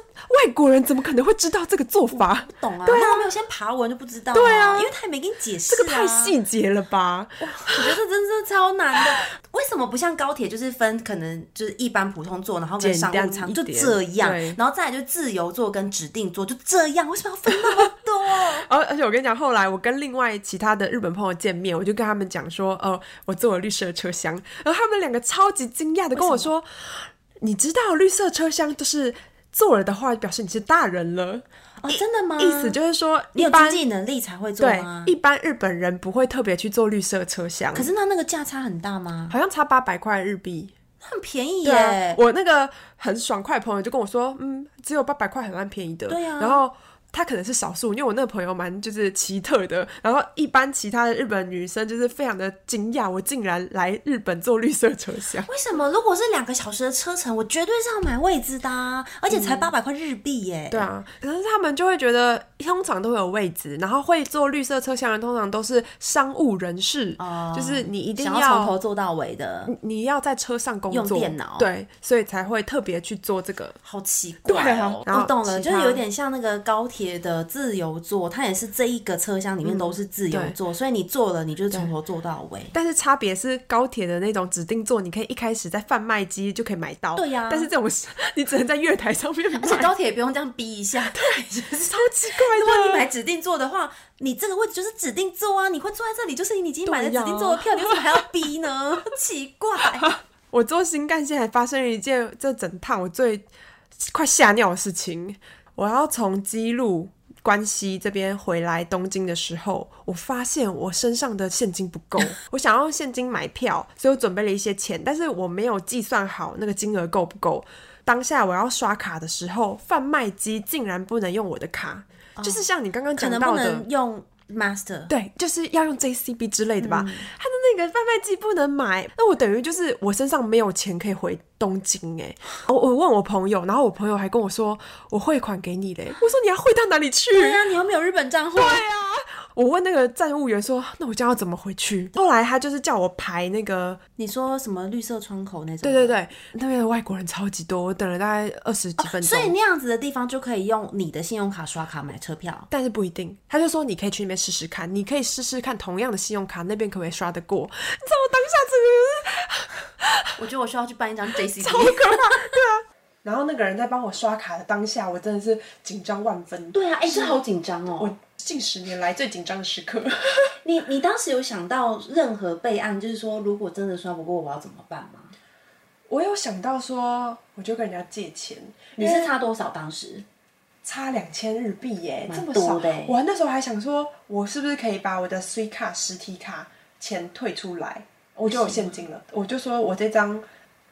Speaker 1: 外国人怎么可能会知道这个做法？
Speaker 2: 不懂啊，对啊，没有先爬文就不知道、啊，
Speaker 1: 对啊
Speaker 2: 因为他也没给你解释、啊，
Speaker 1: 这个太，细节了吧？
Speaker 2: 我觉得这真的超难的。为什么不像高铁就是分可能就是一般普通座，然后跟商务
Speaker 1: 简单
Speaker 2: 舱
Speaker 1: 一
Speaker 2: 就
Speaker 1: 点
Speaker 2: 这样
Speaker 1: 对，
Speaker 2: 然后再来就自由座跟指定座就这样，为什么要分那么多？
Speaker 1: 哦而而且我跟你讲，后来我跟另外其他的日本朋友见面，我就跟他们讲说，哦、我坐了绿色车厢，然后他们两个超级惊讶的跟我说，你知道绿色车厢就是坐了的话，表示你是大人了，
Speaker 2: 哦，真的吗？
Speaker 1: 意思就是说
Speaker 2: 你
Speaker 1: 一
Speaker 2: 有经
Speaker 1: 般。
Speaker 2: 济能力才会做
Speaker 1: 对
Speaker 2: 吗，？
Speaker 1: 一般日本人不会特别去坐绿色车厢，
Speaker 2: 可是那那个价差很大吗？
Speaker 1: 好像差八百块日币，
Speaker 2: 很便宜
Speaker 1: 对啊
Speaker 2: 耶，。
Speaker 1: 我那个很爽快的朋友就跟我说，嗯，只有八百块很蛮便宜的。
Speaker 2: 对啊
Speaker 1: 然后他可能是少数，因为我那个朋友蛮就是奇特的，然后一般其他的日本女生就是非常的惊讶，我竟然来日本坐绿色车
Speaker 2: (laughs)
Speaker 1: 厢。
Speaker 2: 为什么？如果是两个小时的车程，我绝对是要买位置的、啊，而且才八百块日币耶。
Speaker 1: 对啊，可是他们就会觉得，通常都会有位置，然后会坐绿色车厢的通常都是商务人士，
Speaker 2: 哦
Speaker 1: 就是你一定
Speaker 2: 想要从头做到尾的，
Speaker 1: 你要在车上工
Speaker 2: 用
Speaker 1: 作，
Speaker 2: 电脑
Speaker 1: 对，所以才会特别去做这个。
Speaker 2: 好奇
Speaker 1: 对
Speaker 2: 怪
Speaker 1: 啊
Speaker 2: 哦、
Speaker 1: 然后
Speaker 2: 我懂了，
Speaker 1: 其
Speaker 2: 就
Speaker 1: 他
Speaker 2: 是有点像那个高铁的自由座，它也是这一个车厢里面都是自由座，所以你坐了，你就是从头坐到尾。
Speaker 1: 但是差别是高铁的那种指定座，你可以一开始在贩卖机就可以买到，
Speaker 2: 对呀
Speaker 1: 但是这种 (laughs) 是你只能在月台上面买，
Speaker 2: 而且高铁也不用这样逼一下， (laughs) 啊对，就是
Speaker 1: 超奇 (laughs)
Speaker 2: 如果
Speaker 1: 怪
Speaker 2: 你
Speaker 1: 的。
Speaker 2: 买指定座的话，你这个位置就是指定座啊，你会坐在这里，就是你已经买了
Speaker 1: 对呀
Speaker 2: 指定座的票，你为什么还要逼呢？ (laughs) 奇怪，
Speaker 1: 我坐新干线还发生了一件这整趟我最快吓尿的事情。我要从基路关西这边回来东京的时候，我发现我身上的现金不
Speaker 2: (laughs)
Speaker 1: 够，我想要用现金买票，所以我准备了一些钱，但是我没有计算好那个金额够不够。当下我要刷卡的时候，贩卖机竟然不能用我的卡，就是像你刚刚
Speaker 2: 哦可
Speaker 1: 讲
Speaker 2: 能
Speaker 1: 到
Speaker 2: 不
Speaker 1: 的，
Speaker 2: 能用 Master。
Speaker 1: 对，就是要用 JCB 之类的
Speaker 2: 嗯
Speaker 1: 吧。他的那个贩卖机不能买，那我等于就是我身上没有钱可以回东京哎、我我问我朋友，然后我朋友还跟我说我汇款给你嘞。我说你要汇到哪里去？
Speaker 2: 对啊呀、你又没有日本账户，
Speaker 1: 我问那个站务员说，那我将要怎么回去？后来他就是叫我排那个，
Speaker 2: 你说什么绿色窗口那种？
Speaker 1: 对对对，那边的外国人超级多，我等了大概二十几分钟。
Speaker 2: 哦所以那样子的地方就可以用你的信用卡刷卡买车票。
Speaker 1: 但是不一定，他就说你可以去那边试试看，你可以试试看同样的信用卡那边可不可以刷得过。你知道我当下这个
Speaker 2: 我觉得我需要去 (laughs) 办一张 JC。
Speaker 1: 可怕，对啊。然后那个人在帮我刷卡的当下，我真的是紧张万分。
Speaker 2: 对啊，哎、这好紧张哦！
Speaker 1: 我近十年来最紧张的时刻。
Speaker 2: 你你当时有想到任何备案，就是说如果真的刷不过，我要怎么办吗？
Speaker 1: 我有想到说，我就跟人家借钱，
Speaker 2: 你是差多少？当时
Speaker 1: 差两千日币耶，这
Speaker 2: 蛮
Speaker 1: 么少
Speaker 2: 多的耶。
Speaker 1: 我那时候还想说，我是不是可以把我的 C 卡实体卡钱退出来，我就有现金了。我就说我这张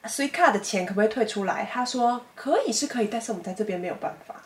Speaker 1: C 卡的钱可不可以退出来？他说可以是可以，但是我们在这边没有办
Speaker 2: (laughs)
Speaker 1: 法。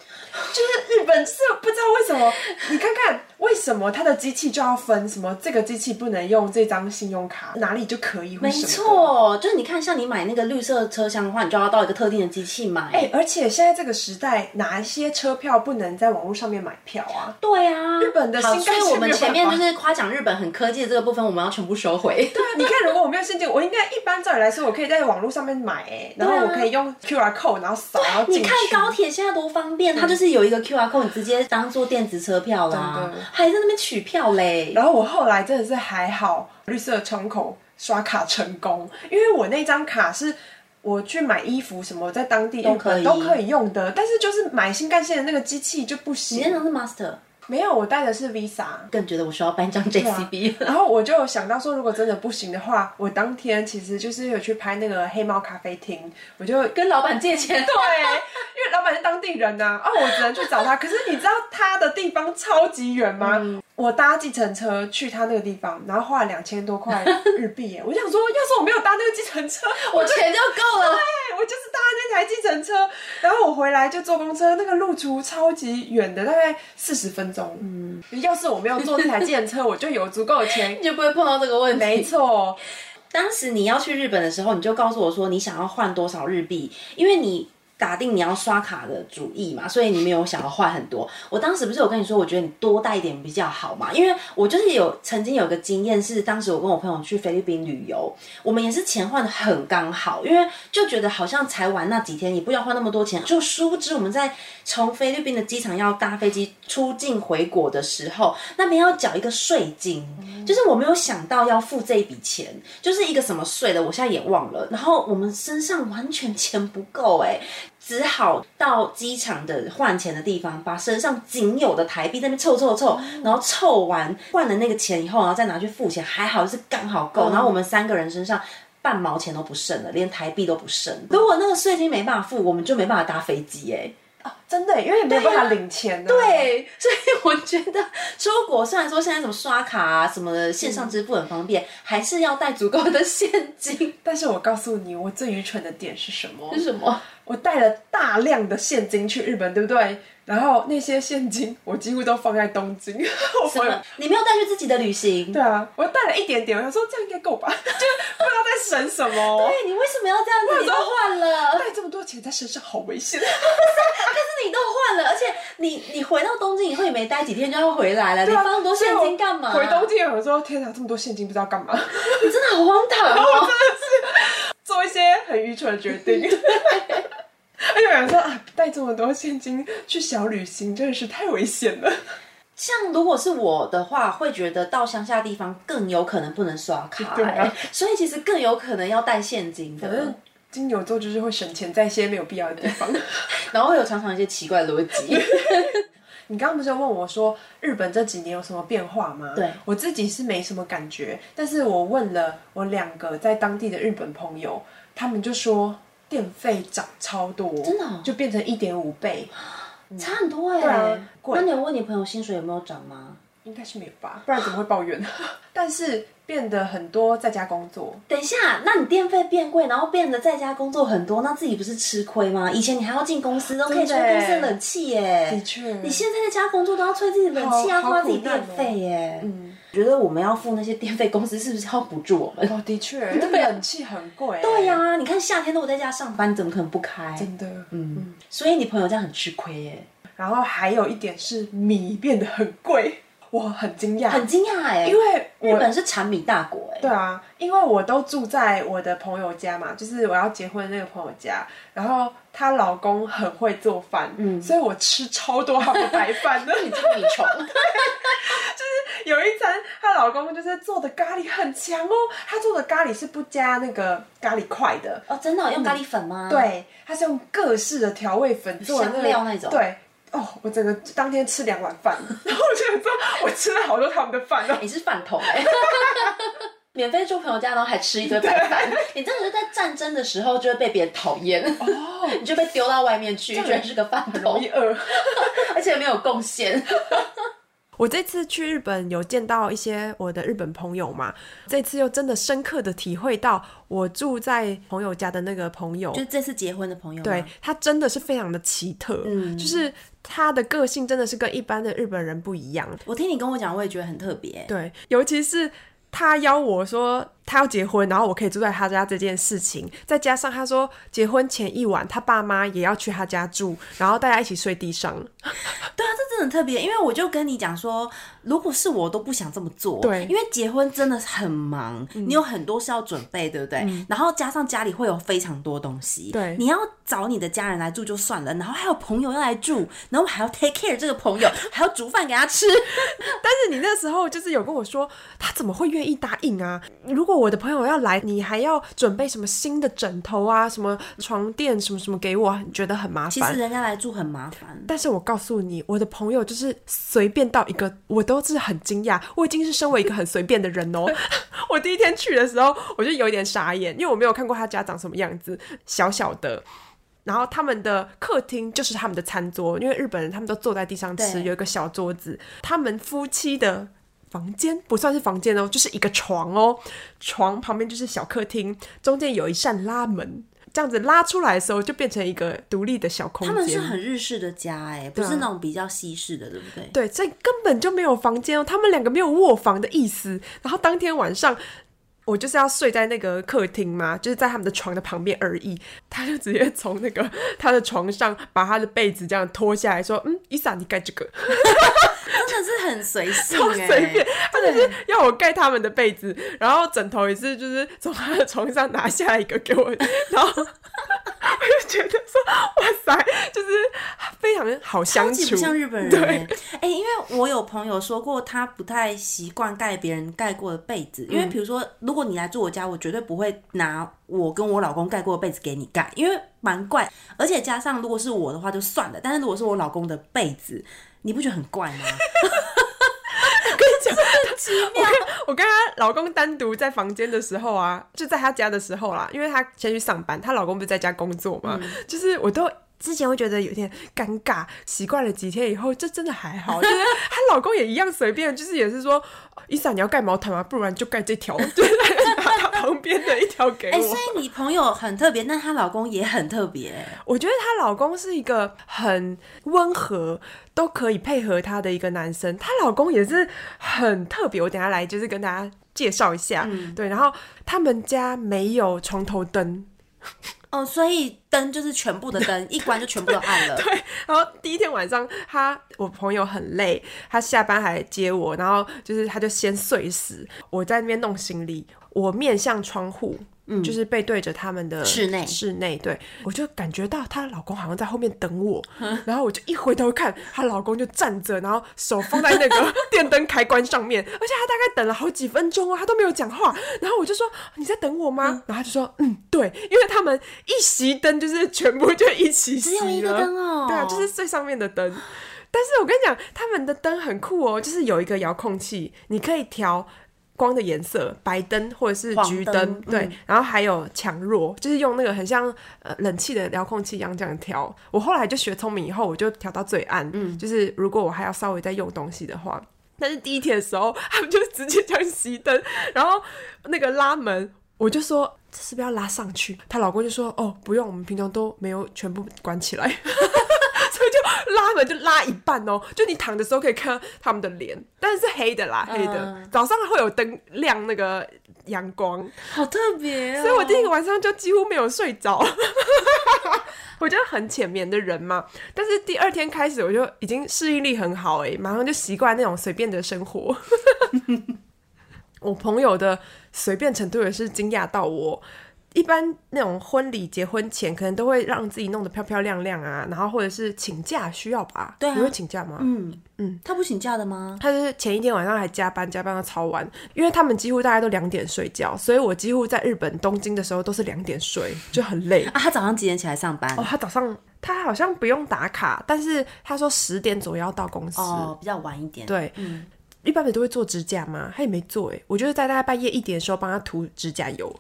Speaker 1: 就是日本，就是不知道为什么，你看看为什么他的机器就要分什么，这个机器不能用这张信用卡，哪里就可以，或
Speaker 2: 没
Speaker 1: 什么的。
Speaker 2: 错，就是你看，像你买那个绿色车厢的话，你就要到一个特定的机器买。
Speaker 1: 哎、而且现在这个时代，哪一些车票不能在网络上面买票啊？
Speaker 2: 对啊，日
Speaker 1: 本的
Speaker 2: 好，
Speaker 1: 新
Speaker 2: 所
Speaker 1: 干线
Speaker 2: 以我
Speaker 1: 没
Speaker 2: 们
Speaker 1: 有
Speaker 2: 前
Speaker 1: 办
Speaker 2: 面
Speaker 1: 法
Speaker 2: 就是夸奖日本很科技的这个部分，我们要全部收回。 (laughs) 对啊
Speaker 1: (laughs) 你看，如果我没有现金，我应该一般照理来说，我可以在网络上面买、哎，然后我可以用 QR code，然后扫，然后进
Speaker 2: 啊你
Speaker 1: 去。
Speaker 2: 嗯看高铁现在多方便，它就是有一个 QR code，你直接当做电子车票啦
Speaker 1: 真的，
Speaker 2: 还在那边取票嘞。
Speaker 1: 然后我后来真的是还好，绿色窗口刷卡成功，因为我那张卡是。我去买衣服什么，在当地
Speaker 2: 都
Speaker 1: 日本
Speaker 2: 可以
Speaker 1: 都可以用的，但是就是买新干线的那个机器就不
Speaker 2: 你那
Speaker 1: 行。
Speaker 2: 张是 Master，
Speaker 1: 没有，我带的是
Speaker 2: (laughs)
Speaker 1: Visa。
Speaker 2: 更觉得我需要办一张 JCB 了。
Speaker 1: 然后我就想到说，如果真的不行的话，我当天其实就是有去拍那个黑猫咖啡厅，我就跟
Speaker 2: 跟老板借钱，
Speaker 1: (laughs) 对，因
Speaker 2: (laughs)
Speaker 1: 为老板是当地人呐、啊，我只能去找他。可是你知道他的地方超级远吗？我搭计程车去他那个地方，然后花了两千多块日币耶。我 (laughs) 想说，要是我没有搭那个计程车，我
Speaker 2: 我钱就够了。
Speaker 1: 对，我就是搭那台计程车，然后我回来就坐公车，那个路途超级远的，大概四十分钟。嗯，要是我没有坐那台计程车，我就有足够的 (laughs) 钱。
Speaker 2: 你就不会碰到这个问
Speaker 1: 没
Speaker 2: 题。
Speaker 1: 错，
Speaker 2: 当时你要去日本的时候，你就告诉我说你想要换多少日币，因为你打定你要刷卡的主意嘛，所以你没有想要换很多。我当时不是有跟你说，我觉得你多带一点比较好嘛，因为我就是有曾经有个经验是，当时我跟我朋友去菲律宾旅游，我们也是钱换的很刚好，因为就觉得好像才玩那几天，也不要花那么多钱，就殊不知我们在从菲律宾的机场要搭飞机出境回国的时候，那边要缴一个税金，就是我没有想到要付这一笔钱，就是一个什么税的，我现在也忘了。然后我们身上完全钱不够、哎，只好到机场的换钱的地方，把身上仅有的台币在那边凑凑凑，然后凑完换了那个钱以后，然后再拿去付钱，还好就是刚好够。然后我们三个人身上。半毛钱都不剩了，连台币都不剩。如果那个税金没办法付，我们就没办法搭飞机哎、
Speaker 1: 啊真的，因为没有办法领钱、啊。
Speaker 2: 对，所以我觉得出国虽然说现在什么刷卡啊、什么线上支付很方便，还是要带足够的现金。
Speaker 1: 但是我告诉你，我最愚蠢的点是什么？
Speaker 2: 是什 (laughs) 么？
Speaker 1: 我带了大量的现金去日本，对不对？然后那些现金我几乎都放在东京。 (laughs) 我
Speaker 2: 什
Speaker 1: 朋友
Speaker 2: 么？你没有带去自己的旅行？
Speaker 1: 对啊，我带了一点点，我想说这样应该够吧， (laughs) 就不知道在省什么。
Speaker 2: 对，你啊为什么要这样子？你都换了， (laughs)
Speaker 1: 带这么多钱在身上好危险。
Speaker 2: 但是你都换了，而且你你回到东京以后也没待几天就要回来了，你
Speaker 1: 对啊
Speaker 2: 放那么多现金干嘛？
Speaker 1: 所以我回东京，有人说：“天哪，这么多现金不知道干嘛。 (laughs)
Speaker 2: 你真的好荒唐哦！”
Speaker 1: 啊做一些很愚蠢的决
Speaker 2: (laughs)
Speaker 1: 定。 (laughs) 而且有人说啊，带这么多现金去小旅行真的是太危险了。
Speaker 2: 像如果是我的话，会觉得到乡下地方更有可能不能刷卡、欸
Speaker 1: 对啊
Speaker 2: 所以其实更有可能要带现金
Speaker 1: 反正
Speaker 2: 的，
Speaker 1: 金牛座就是会省钱在一些没有必要的地方。
Speaker 2: 然后会有常常一些奇怪的
Speaker 1: (laughs)
Speaker 2: 逻辑。
Speaker 1: 你刚刚不是有问我说日本这几年有什么变化吗？
Speaker 2: 对
Speaker 1: 我自己是没什么感觉，但是我问了我两个在当地的日本朋友，他们就说电费涨超多，
Speaker 2: 真的哦
Speaker 1: 就变成一点五倍，
Speaker 2: 差很多
Speaker 1: 嗯
Speaker 2: 哎、
Speaker 1: 对啊贵
Speaker 2: 那你有问你朋友薪水有没有涨吗？
Speaker 1: 应该是没有吧，不然怎么会抱怨？ (laughs) 但是变得很多在家工作，
Speaker 2: 等一下，那你电费变贵，然后变得在家工作很多，那自己不是吃亏吗？以前你还要进公司，都可以吹
Speaker 1: 真的耶
Speaker 2: 公司的冷气耶、
Speaker 1: 的确，
Speaker 2: 你现在在家工作都要吹自己冷气，
Speaker 1: 好
Speaker 2: 要
Speaker 1: 好
Speaker 2: 花自己
Speaker 1: 苦难
Speaker 2: 电
Speaker 1: 哦
Speaker 2: 费耶、
Speaker 1: 嗯，
Speaker 2: 觉得我们要付那些电费，公司是不是要补助我们？
Speaker 1: 哦，的确，因为
Speaker 2: (laughs) 对啊
Speaker 1: 冷气很贵，
Speaker 2: 对呀、、你看夏天都我在家上班，你怎么可能不开？
Speaker 1: 真的，嗯。
Speaker 2: 嗯，所以你朋友这样很吃亏耶，
Speaker 1: 然后还有一点是米变得很贵，我很惊讶，
Speaker 2: 很惊讶哎，
Speaker 1: 啊因为我
Speaker 2: 日本是产米大国哎，
Speaker 1: 对啊，因为我都住在我的朋友家嘛，就是我要结婚的那个朋友家，然后她老公很会做饭，嗯，所以我吃超多她的白
Speaker 2: (laughs)
Speaker 1: 饭的。
Speaker 2: 你这个米
Speaker 1: (laughs)
Speaker 2: 虫，
Speaker 1: 有一餐她老公就是做的咖喱很强哦，他做的咖喱是不加那个咖喱块的，
Speaker 2: 哦，真的、哦、用咖喱粉吗？，
Speaker 1: 对，他是用各式的调味粉做的、那个、
Speaker 2: 香料那种
Speaker 1: 对。哦，我整个当天吃两碗饭，然后我就想说，我吃了好多他们的饭哦。
Speaker 2: 你是饭
Speaker 1: (laughs)
Speaker 2: 桶哎。免费住朋友家，然后还吃一堆
Speaker 1: (laughs)
Speaker 2: 白饭，你这样子在战争的时候就会被别人讨厌， (laughs) 你就被丢到外面去，
Speaker 1: 哦这
Speaker 2: 觉
Speaker 1: 样
Speaker 2: 得是个饭
Speaker 1: 容
Speaker 2: 桶
Speaker 1: 易，饿。
Speaker 2: 而且没有贡献。
Speaker 1: 我这次去日本有见到一些我的日本朋友嘛，这次又真的深刻的体会到，我住在朋友家的那个朋友，
Speaker 2: 这次结婚的朋友，
Speaker 1: 对，他真的是非常的奇特，
Speaker 2: 嗯
Speaker 1: 就是他的个性真的是跟一般的日本人不一样。
Speaker 2: 我听你跟我讲，我也觉得很特别。欸
Speaker 1: 对，尤其是他邀我说他要结婚，然后我可以住在他家这件事情，再加上他说结婚前一晚他爸妈也要去他家住，然后大家一起睡地上，
Speaker 2: 对啊，这真的很特别，因为我就跟你讲说，如果是我都不想这么做，
Speaker 1: 对嗯
Speaker 2: 因为结婚真的很忙，你有很多事要准备，对不对？然后加上家里会有非常多东西，
Speaker 1: 对
Speaker 2: 你要找你的家人来住就算了，然后还有朋友要来住，然后还要 take care 这个朋友，还要煮饭给
Speaker 1: (laughs)
Speaker 2: 他吃，
Speaker 1: 但是你那时候就是有跟我说，他怎么会愿意答应啊？如果我的朋友要来，你还要准备什么新的枕头啊、什么床垫、什么什么给我，你觉得很麻
Speaker 2: 其实
Speaker 1: 烦。
Speaker 2: 人家来住很麻烦。
Speaker 1: 但是我告诉你，我的朋友就是随便到一个，我都是很惊讶。我已经是身为一个很随便的人哦。 (laughs) 我第一天去的时候，我就有点傻眼，因为我没有看过他家长什么样子，小小的。然后他们的客厅就是他们的餐桌，因为日本人他们都坐在地上吃，
Speaker 2: 对
Speaker 1: 有一个小桌子。他们夫妻的房间不算是房间哦，就是一个床哦，床旁边就是小客厅，中间有一扇拉门，这样子拉出来的时候就变成一个独立的小空
Speaker 2: 他
Speaker 1: 间。
Speaker 2: 们是很日式的家、哎，不
Speaker 1: 对啊
Speaker 2: 是那种比较西式的，对不对？
Speaker 1: 对，这根本就没有房间哦，他们两个没有卧房的意思。然后当天晚上，我就是要睡在那个客厅嘛，就是在他们的床的旁边而已。他就直接从那个他的床上把他的被子这样脱下来说：“嗯，伊莎，你盖这个，
Speaker 2: 真的是
Speaker 1: (laughs)
Speaker 2: 很随性、
Speaker 1: 好
Speaker 2: 哎，
Speaker 1: 随便。”他就是要我盖他们的被子，然后枕头也是，就是从他的床上拿下一个给我，然后 (laughs) 我就觉得说：“哇塞，就是非常好
Speaker 2: 超
Speaker 1: 相
Speaker 2: 级
Speaker 1: 处
Speaker 2: 不。”像日本人、欸。哎、因为我有朋友说过，他不太习惯盖别人盖过的被子，因为比如说，如果你来住我家，我绝对不会拿我跟我老公盖过的被子给你盖，因为蛮怪。而且加上如果是我的话就算了，但是如果是我老公的被子，你不觉得很怪吗？
Speaker 1: (laughs) 我跟她老公单独在房间的时候啊，就在她家的时候啦，因为她先去上班，她老公不是在家工作嘛，就是我都之前会觉得有点尴尬，习惯了几天以后，这真的还好。 (laughs) 就是她老公也一样随便，就是也是说，伊莎你要盖毛毯吗？不然就盖这条， (laughs) 就是拿她旁边的一条给
Speaker 2: (laughs) 哎、
Speaker 1: 我
Speaker 2: 所。以你朋友很特别，但她老公也很特别。欸
Speaker 1: 我觉得她老公是一个很温和，都可以配合她的一个男生。她老公也是很特别，我等一下来就是跟大家介绍一下。对，然后他们家没有床头灯。
Speaker 2: 哦，所以灯就是全部的灯，一关就全部都暗 (laughs) 了。
Speaker 1: 对，然后第一天晚上，他我朋友很累，他下班还来接我，然后就是他就先睡死，我在那边弄行李，我面向窗户。嗯，就是背对着他们的
Speaker 2: 室内
Speaker 1: 室内对我就感觉到她老公好像在后面等
Speaker 2: (laughs)
Speaker 1: 我，
Speaker 2: 嗯
Speaker 1: 然后我就一回头看，她老公就站着，然后手放在那
Speaker 2: (laughs)
Speaker 1: 个电灯开关上面，而且他大概等了好几分钟哦，他都没有讲话，然后我就说你在等我吗？然后他就说嗯对，因为他们一熄灯就是全部就一起
Speaker 2: 只有
Speaker 1: 熄
Speaker 2: 一个
Speaker 1: 了
Speaker 2: 灯哦
Speaker 1: 对啊，就是最上面的灯。但是我跟你讲，他们的灯很酷哦，就是有一个遥控器，你可以调光的颜色，白灯或者是
Speaker 2: 黄
Speaker 1: 橘
Speaker 2: 灯
Speaker 1: 灯，对
Speaker 2: 嗯，
Speaker 1: 然后还有强弱，就是用那个很像呃冷气的遥控器一样这样调。我后来就学聪明以后，我就调到最暗，
Speaker 2: 嗯
Speaker 1: 就是如果我还要稍微再用东西的话。但是第一天的时候，他们就直接这样熄灯，然后那个拉门，我就说这是不是要拉上去？她老公就说哦不用，我们平常都没有全部关起来。 (laughs) 所以就拉门就拉一半哦，就你躺的时候可以看到他们的脸，但是是黑的啦，黑的。早上会有灯亮那个阳光，
Speaker 2: 好特别、哦。
Speaker 1: 所以我第一个晚上就几乎没有睡着。 (laughs) 我就很浅眠的人嘛，但是第二天开始我就已经适应力很好哎、马上就习惯那种随便的生活。 (laughs) 我朋友的随便程度也是惊讶到我。一般那种婚礼结婚前，可能都会让自己弄得漂漂亮亮啊，然后或者是请假需要吧？
Speaker 2: 对啊
Speaker 1: 你会请假吗？
Speaker 2: 嗯嗯，他不请假的吗？
Speaker 1: 他就是前一天晚上还加班，加班到超晚，因为他们几乎大家都两点睡觉，所以我几乎在日本东京的时候都是两点睡，就很累。
Speaker 2: 啊，他早上几点起来上班？
Speaker 1: 哦，
Speaker 2: 哦，
Speaker 1: 他早上他好像不用打卡，但是他说十点左右要到公司。
Speaker 2: 哦比较晚一点。，
Speaker 1: 对，一般不都会做指甲吗？他也没做哎，我就是在大概半夜一点的时候帮他涂指甲油，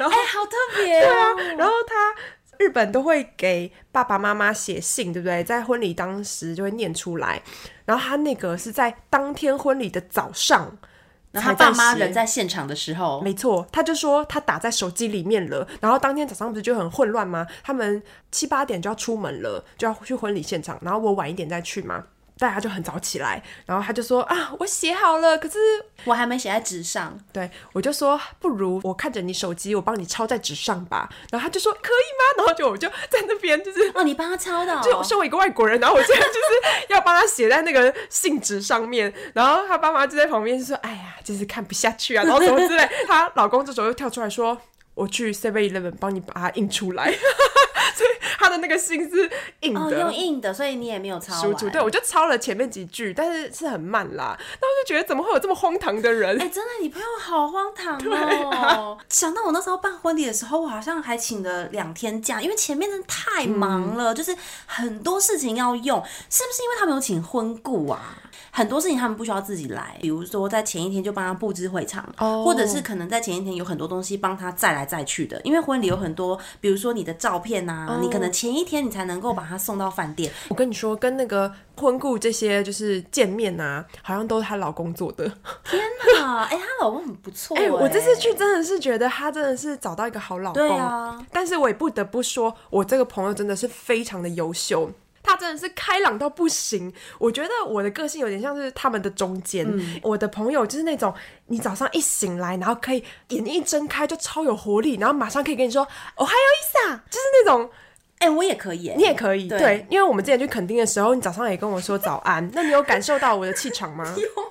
Speaker 2: 哎、好特别、哦。对啊，
Speaker 1: 然后他。日本都会给爸爸妈妈写信，对不对？在婚礼当时就会念出来，然后他那个是在当天婚礼的早上，
Speaker 2: 然后他爸妈人在现场的时候，
Speaker 1: 没错，他就说他打在手机里面了，然后当天早上不是就很混乱吗？他们七八点就要出门了，就要去婚礼现场，然后我晚一点再去嘛。大家就很早起来，然后他就说啊，我写好了，可是
Speaker 2: 我还没写在纸上。
Speaker 1: 对我就说不如我看着你手机，我帮你抄在纸上吧。然后他就说可以吗？然后就我就在那边就是。
Speaker 2: 哦，你帮他抄的、哦。
Speaker 1: 就身为一个外国人，然后我现在就是 (laughs) 要帮他写在那个信纸上面，然后他爸妈就在旁边就说：“哎呀，就是看不下去啊，然后什么之类。”她老公这时候又跳出来说：“我去 Seven Eleven 帮你把它印出来。” (laughs) 所以他的那个信是印
Speaker 2: 哦，
Speaker 1: 的。
Speaker 2: 用印的，所以你也没有抄
Speaker 1: 输
Speaker 2: 完。
Speaker 1: 出对，我就抄了前面几句，但是是很慢啦。那我就觉得怎么会有这么荒唐的人？
Speaker 2: 哎、真的，你朋友好荒唐
Speaker 1: (laughs) 啊
Speaker 2: 哦！想到我那时候办婚礼的时候，我好像还请了两天假，因为前面真的太忙
Speaker 1: 嗯
Speaker 2: 了，就是很多事情要用。是不是因为他们有请婚顾啊？很多事情他们不需要自己来，比如说在前一天就帮他布置会场
Speaker 1: 哦
Speaker 2: 或者是可能在前一天有很多东西帮他再来再去的，因为婚礼有很多，比如说你的照片呐、
Speaker 1: 哦
Speaker 2: 啊你可能前一天你才能够把它送到饭店，
Speaker 1: 我跟你说，跟那个婚顾这些就是见面啊，好像都是她老公做的。
Speaker 2: 天哪！哎、她老公很不错、哎、
Speaker 1: 哎、 (laughs) 我这次去真的是觉得他真的是找到一个好老公。
Speaker 2: 对啊
Speaker 1: 但是我也不得不说，我这个朋友真的是非常的优秀。他真的是开朗到不行，我觉得我的个性有点像是他们的中间。
Speaker 2: 嗯
Speaker 1: 我的朋友就是那种，你早上一醒来，然后可以眼睛一睁开就超有活力，然后马上可以跟你说“哦，还有伊莎”，就是那种
Speaker 2: 哎、我也可以、哎
Speaker 1: 你也可以
Speaker 2: 对
Speaker 1: 对，因为我们之前去垦丁的时候，你早上也跟我说早安， (laughs) 那你有感受到我的气场
Speaker 2: (laughs)
Speaker 1: 吗？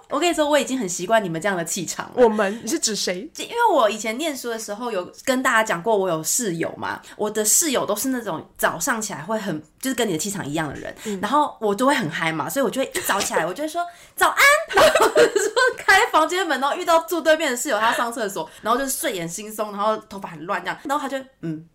Speaker 2: 我跟你说，我已经很习惯你们这样的气场了。
Speaker 1: 我们你是指
Speaker 2: (laughs)
Speaker 1: 谁？
Speaker 2: 因为我以前念书的时候有跟大家讲过，我有室友嘛，我的室友都是那种早上起来会很就是跟你的气场一样的人，然后我就会很嗨嘛，所以我就会一早起来，我就会说早安，然后我就说开房间门，然后遇到住对面的室友，他上厕所，然后就是睡眼惺忪，然 (laughs) 后头发很乱这样，然后他就嗯，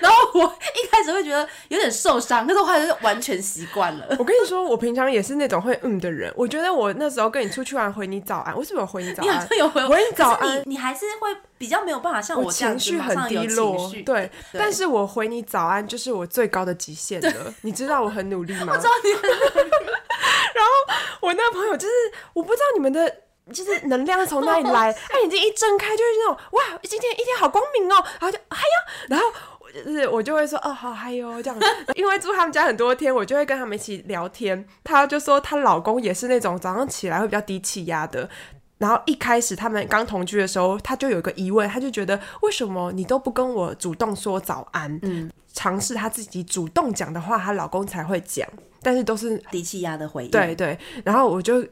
Speaker 2: 然后我一开始会觉得有点受伤，但是我后来就完全习惯了。
Speaker 1: 我跟你说，我平常也是那种会嗯的人。我觉得我那时候跟你出去玩，回你早安，我是不是有回你早
Speaker 2: 你好
Speaker 1: 安？
Speaker 2: 像有回
Speaker 1: 我跟你早
Speaker 2: 可是
Speaker 1: 安
Speaker 2: 你你还是会比较没有办法像
Speaker 1: 我
Speaker 2: 这样
Speaker 1: 情绪
Speaker 2: 子马
Speaker 1: 很
Speaker 2: 上有
Speaker 1: 低
Speaker 2: 情
Speaker 1: 落
Speaker 2: 绪，
Speaker 1: 对，但
Speaker 2: 是
Speaker 1: 是我回你早安就是我最高的极限了。你知道我很努力
Speaker 2: (laughs)
Speaker 1: 吗？我
Speaker 2: 知道
Speaker 1: (laughs)
Speaker 2: 你很
Speaker 1: 我那个朋友就是我不知道你们的。就是能量是从哪里来？他眼睛一睁开就是那种哇，今天一天好光明哦，然后就哎呀，然后我就是我就会说哦好嗨哟这样子，因为住他们家很多天，我就会跟他们一起聊天。她就说她老公也是那种早上起来会比较低气压的。然后一开始他们刚同居的时候，她就有一个疑问，她就觉得为什么你都不跟我主动说早安？嗯，尝试她自己主动讲的话，她老公才会讲，但是都是
Speaker 2: 低气压的回应，
Speaker 1: 对对，然后我就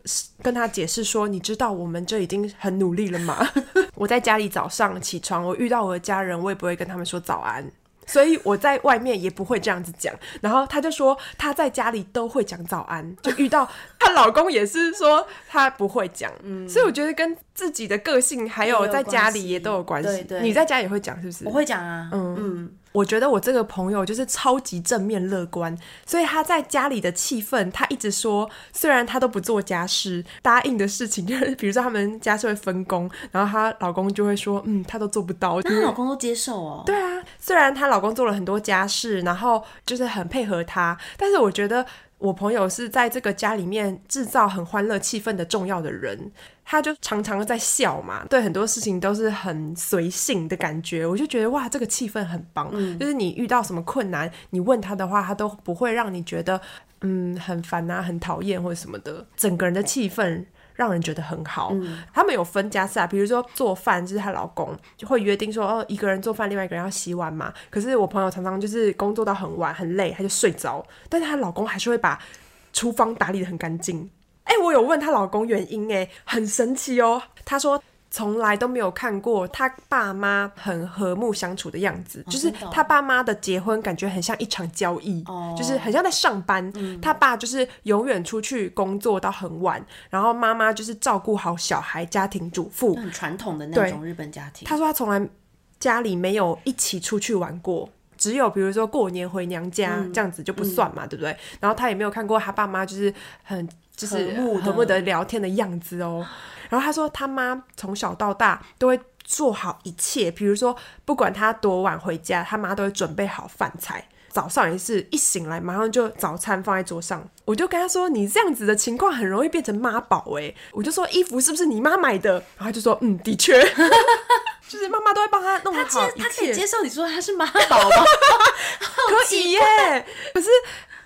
Speaker 1: 跟他解释说，你知道我们这已经很努力了吗？ (laughs) 我在家里早上起床，我遇到我的家人，我也不会跟他们说早安。所以我在外面也不会这样子讲，然后他就说他在家里都会讲早安，就遇到她老公也是说他不会
Speaker 2: (laughs)
Speaker 1: 讲，所以我觉得跟自己的个性还有
Speaker 2: 嗯也有
Speaker 1: 在家
Speaker 2: 关
Speaker 1: 里也
Speaker 2: 系
Speaker 1: 都有关系。
Speaker 2: 对对
Speaker 1: 你在家也会讲是不是？
Speaker 2: 我会讲啊，嗯
Speaker 1: 我觉得我这个朋友就是超级正面乐观，所以他在家里的气氛，他一直说，虽然他都不做家事，答应的事情就是，比如说他们家事会分工，然后她老公就会说，嗯，他都做不到。
Speaker 2: 那她老公都接受哦，
Speaker 1: 对啊，虽然她老公做了很多家事，然后就是很配合她，但是我觉得我朋友是在这个家里面制造很欢乐气氛的重要的人。她就常常在笑嘛，对很多事情都是很随性的感觉，我就觉得哇，这个气氛很棒。就是你遇到什么困难，你问她的话，她都不会让你觉得嗯很烦啊、很讨厌或者什么的，整个人的气氛让人觉得很好。
Speaker 2: 嗯
Speaker 1: 他们有分家事啊，比如说做饭，就是她老公就会约定说，哦，一个人做饭，另外一个人要洗碗嘛。可是我朋友常常就是工作到很晚很累，她就睡着，但是她老公还是会把厨房打理的很干净。哎、我有问她老公原因、哎，很神奇哦。她说。从来都没有看过她爸妈很和睦相处的样子，就是
Speaker 2: 真的哦
Speaker 1: 她爸妈的结婚感觉很像一场交易，
Speaker 2: 哦
Speaker 1: 就是很像在上班。她爸就是永远出去工作到很晚，然后妈妈就是照顾好小孩，家庭主妇
Speaker 2: 就。很传统的那种日本家庭，
Speaker 1: 她说她从来家里没有一起出去玩过，只有比如说过年回娘家、这样子就不算嘛，对不对？然后她也没有看过她爸妈就是很就是
Speaker 2: 和睦的
Speaker 1: 和睦的聊天的样子哦。然后她说她妈从小到大都会。做好一切，比如说，不管她多晚回家，她妈都会准备好饭菜。早上也是一醒来，马上就早餐放在桌上。我就跟她说：“你这样子的情况很容易变成妈宝。”哎，我就说衣服是不是你妈买的？然后她就说：“嗯，的确。”就是妈妈都会帮他弄
Speaker 2: 他
Speaker 1: 好
Speaker 2: 接
Speaker 1: 一
Speaker 2: 他可以
Speaker 1: 切，
Speaker 2: 接受你说
Speaker 1: (laughs)
Speaker 2: 他是妈宝吗？
Speaker 1: 可 (laughs) 以耶。可是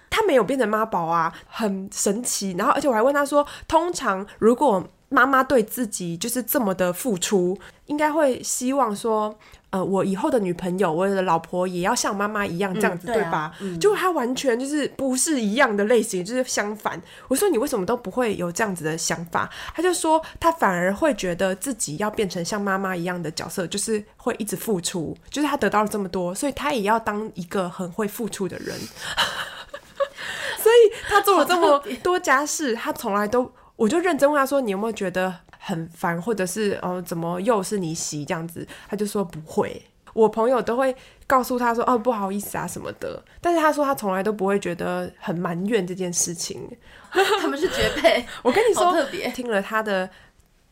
Speaker 1: 他没有变成妈宝啊，很神奇。然后，而且我还问他说，通常如果妈妈对自己就是这么的付出，应该会希望说，呃，我以后的女朋友，我的老婆也要像妈妈一样这样子，
Speaker 2: 对
Speaker 1: 对
Speaker 2: 啊
Speaker 1: 吧？结果他完全就是不是一样的类型，就是相反。我说你为什么都不会有这样子的想法？他就说他反而会觉得自己要变成像妈妈一样的角色，就是会一直付出，就是他得到了这么多，所以他也要当一个很会付出的人。所以他做了这么多家事，他从来都，我就认真问他说：“你有没有觉得很烦，或者是哦，怎么又是你洗这样子？”他就说不会。我朋友都会告诉他说：“哦，不好意思啊什么的。”但是他说他从来都不会觉得很埋怨这件事情。
Speaker 2: 他们是绝配，
Speaker 1: 我跟你说，
Speaker 2: 好特别
Speaker 1: 听了他的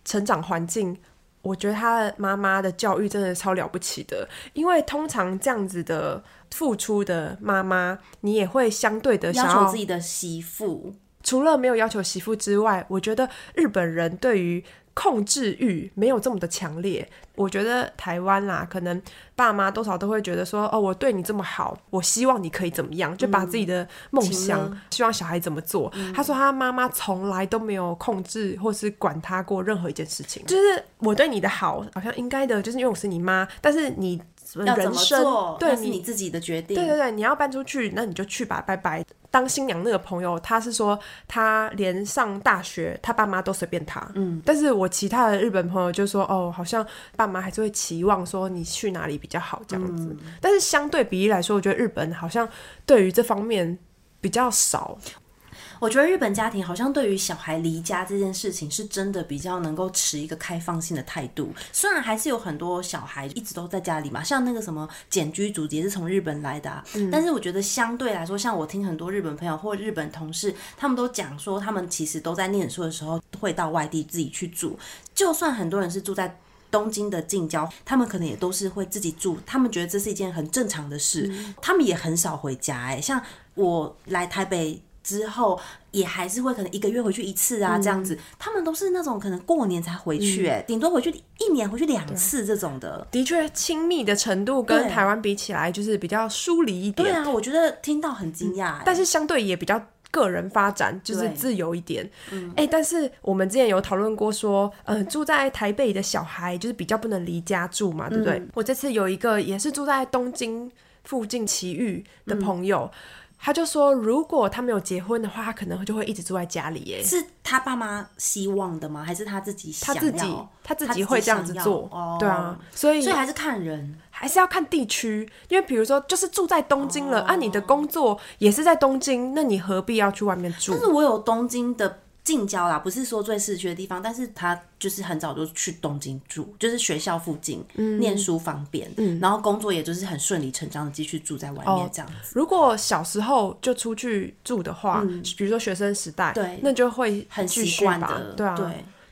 Speaker 1: 成长环境，我觉得他的妈妈的教育真的超了不起的。因为通常这样子的付出的妈妈，你也会相对的想
Speaker 2: 要
Speaker 1: 要
Speaker 2: 求自己的媳妇，
Speaker 1: 除了没有要求媳妇之外，我觉得日本人对于控制欲没有这么的强烈。我觉得台湾啦，可能爸妈多少都会觉得说，哦，我对你这么好，我希望你可以怎么样，就把自己的梦想、
Speaker 2: 情勒
Speaker 1: 希望小孩怎么做。他说他妈妈从来都没有控制或是管他过任何一件事
Speaker 2: 嗯
Speaker 1: 情，就是我对你的好，好像应该的，就是因为我是你妈，但是你
Speaker 2: 要怎
Speaker 1: 人
Speaker 2: 么
Speaker 1: 生
Speaker 2: 做，
Speaker 1: 对
Speaker 2: 那是你自己的决定。
Speaker 1: 对对对，你要搬出去，那你就去吧，拜拜。当新娘那个朋友，他是说他连上大学，他爸妈都随便他。嗯，但是我其他的日本朋友就说，哦，好像爸妈还是会期望说你去哪里比较好这样子。但是相对比例来说，我觉得日本好像对于这方面比较少。
Speaker 2: 我觉得日本家庭好像对于小孩离家这件事情是真的比较能够持一个开放性的态度，虽然还是有很多小孩一直都在家里嘛，像那个什么简居族也是从日本来的、啊，但是我觉得相对来说，像我听很多日本朋友或日本同事，他们都讲说，他们其实都在念书的时候会到外地自己去住，就算很多人是住在。东京的近郊，他们可能也都是会自己住，他们觉得这是一件很正常的事，
Speaker 1: 嗯
Speaker 2: 他们也很少回家、欸。哎，像我来台北之后，也还是会可能一个月回去一次
Speaker 1: 嗯
Speaker 2: 啊，这样子。他们都是那种可能过年才回去、欸，哎，顶多回去一年回去两次这种的。
Speaker 1: 的确，亲密的程度跟
Speaker 2: 对
Speaker 1: 台湾比起来，就是比较疏离一
Speaker 2: 对
Speaker 1: 点，
Speaker 2: 啊，我觉得听到很惊讶、欸
Speaker 1: 嗯但是相对也比较。个人发展就是
Speaker 2: 对嗯
Speaker 1: 自由一点，哎、但是我们之前有讨论过说，呃，住在台北的小孩就是比较不能离家住
Speaker 2: 嗯
Speaker 1: 嘛，对不对？我这次有一个也是住在东京附近奇遇的朋友，
Speaker 2: 嗯
Speaker 1: 他就说，如果他没有结婚的话，他可能就会一直住在家里耶。
Speaker 2: 是他爸妈希望的吗？还是他自己
Speaker 1: 他
Speaker 2: 想要？
Speaker 1: 自己他自己会这样子
Speaker 2: 想要
Speaker 1: 做，
Speaker 2: 哦、
Speaker 1: 对啊，，所以
Speaker 2: 所以还是看人。
Speaker 1: 还是要看地区，因为比如说就是住在东京
Speaker 2: 哦
Speaker 1: 了，啊，你的工作也是在东京，那你何必要去外面住
Speaker 2: 但？是我有东京的近郊啦，不是说最市区的地方，但是他就是很早就去东京住，就是学校附近、念书方便，
Speaker 1: 嗯
Speaker 2: 然后工作也就是很顺理成章的继续住在外
Speaker 1: 哦
Speaker 2: 面这样子。
Speaker 1: 如果小时候就出去住的话，比如说学生时代，
Speaker 2: 嗯对
Speaker 1: 那就会
Speaker 2: 很
Speaker 1: 继
Speaker 2: 习
Speaker 1: 续
Speaker 2: 惯
Speaker 1: 吧
Speaker 2: 的，，
Speaker 1: 对啊。
Speaker 2: 对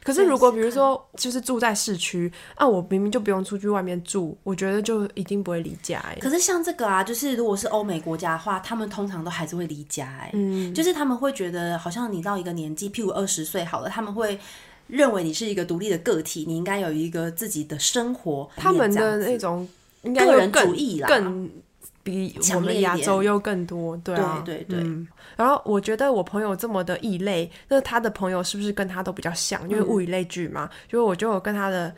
Speaker 1: 可是如果比如说就是住在市区，啊，我明明就不用出去外面住，我觉得就一定不会离家哎。
Speaker 2: 可是像这个啊，就是如果是欧美国家的话，他们通常都还是会离家、欸，
Speaker 1: 嗯
Speaker 2: 就是他们会觉得好像你到一个年纪，譬如二十岁好了，他们会认为你是一个独立的个体，你应该有一个自己的生活理念这
Speaker 1: 他
Speaker 2: 样子，
Speaker 1: 们的那种应该
Speaker 2: 个
Speaker 1: 又
Speaker 2: 人
Speaker 1: 更
Speaker 2: 主义啦
Speaker 1: 更比我
Speaker 2: 强烈
Speaker 1: 们
Speaker 2: 一
Speaker 1: 亚
Speaker 2: 点
Speaker 1: 洲又更多，对啊，
Speaker 2: 对对对
Speaker 1: 嗯。然后我觉得我朋友这么的异类，那他的朋友是不是跟他都比较像？因为物以类聚嘛，所以我就有跟他的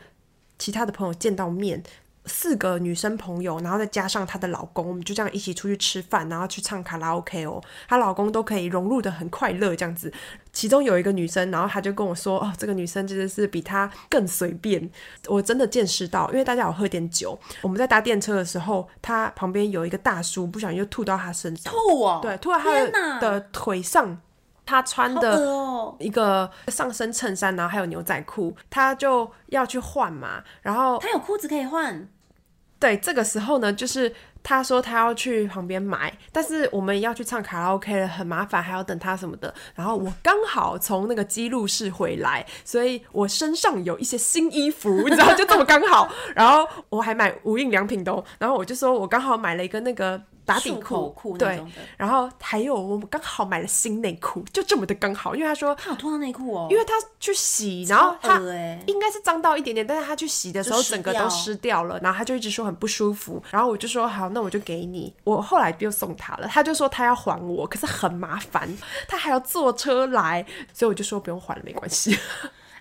Speaker 1: 其他的朋友见到面。四个女生朋友，然后再加上她的老公，我们就这样一起出去吃饭，然后去唱卡拉 OK 哦。她老公都可以融入的很快乐这样子。其中有一个女生，然后她就跟我说：“哦，这个女生真的是比她更随便。”我真的见识到，因为大家有喝点酒，我们在搭电车的时候，她旁边有一个大叔不小心就吐到她身上，
Speaker 2: 吐哦，
Speaker 1: 对，吐到她的
Speaker 2: 天哪
Speaker 1: 的腿上。她穿
Speaker 2: 好
Speaker 1: 的
Speaker 2: 恶哦、
Speaker 1: 一个上身衬衫，然后还有牛仔裤，她就要去换嘛。然后
Speaker 2: 他有裤子可以换，
Speaker 1: 对，这个时候呢，就是他说他要去旁边买，但是我们要去唱卡拉 OK 了，很麻烦，还要等他什么的。然后我刚好从那个记录室回来，所以我身上有一些新衣服，你知道，就这么刚好。然后我还买无印良品的、哦，然后我就说我刚好买了一个那个打底
Speaker 2: 束口
Speaker 1: 裤，
Speaker 2: 裤那
Speaker 1: 对
Speaker 2: 种，的。
Speaker 1: 然后还有我刚好买了新内裤，就这么的刚好，因为他说。
Speaker 2: 他有脱到内裤哦，
Speaker 1: 因为他去洗，然后他
Speaker 2: 超恶欸
Speaker 1: 应该是脏到一点点，但是他去洗的时候
Speaker 2: 就湿
Speaker 1: 整个都
Speaker 2: 掉
Speaker 1: 湿掉了，然后他就一直说很不舒服，然后我就说好，那我就给你。我后来就送他了，他就说他要还我，可是很麻烦，他还要坐车来，所以我就说不用还了，没关
Speaker 2: (laughs)
Speaker 1: 系。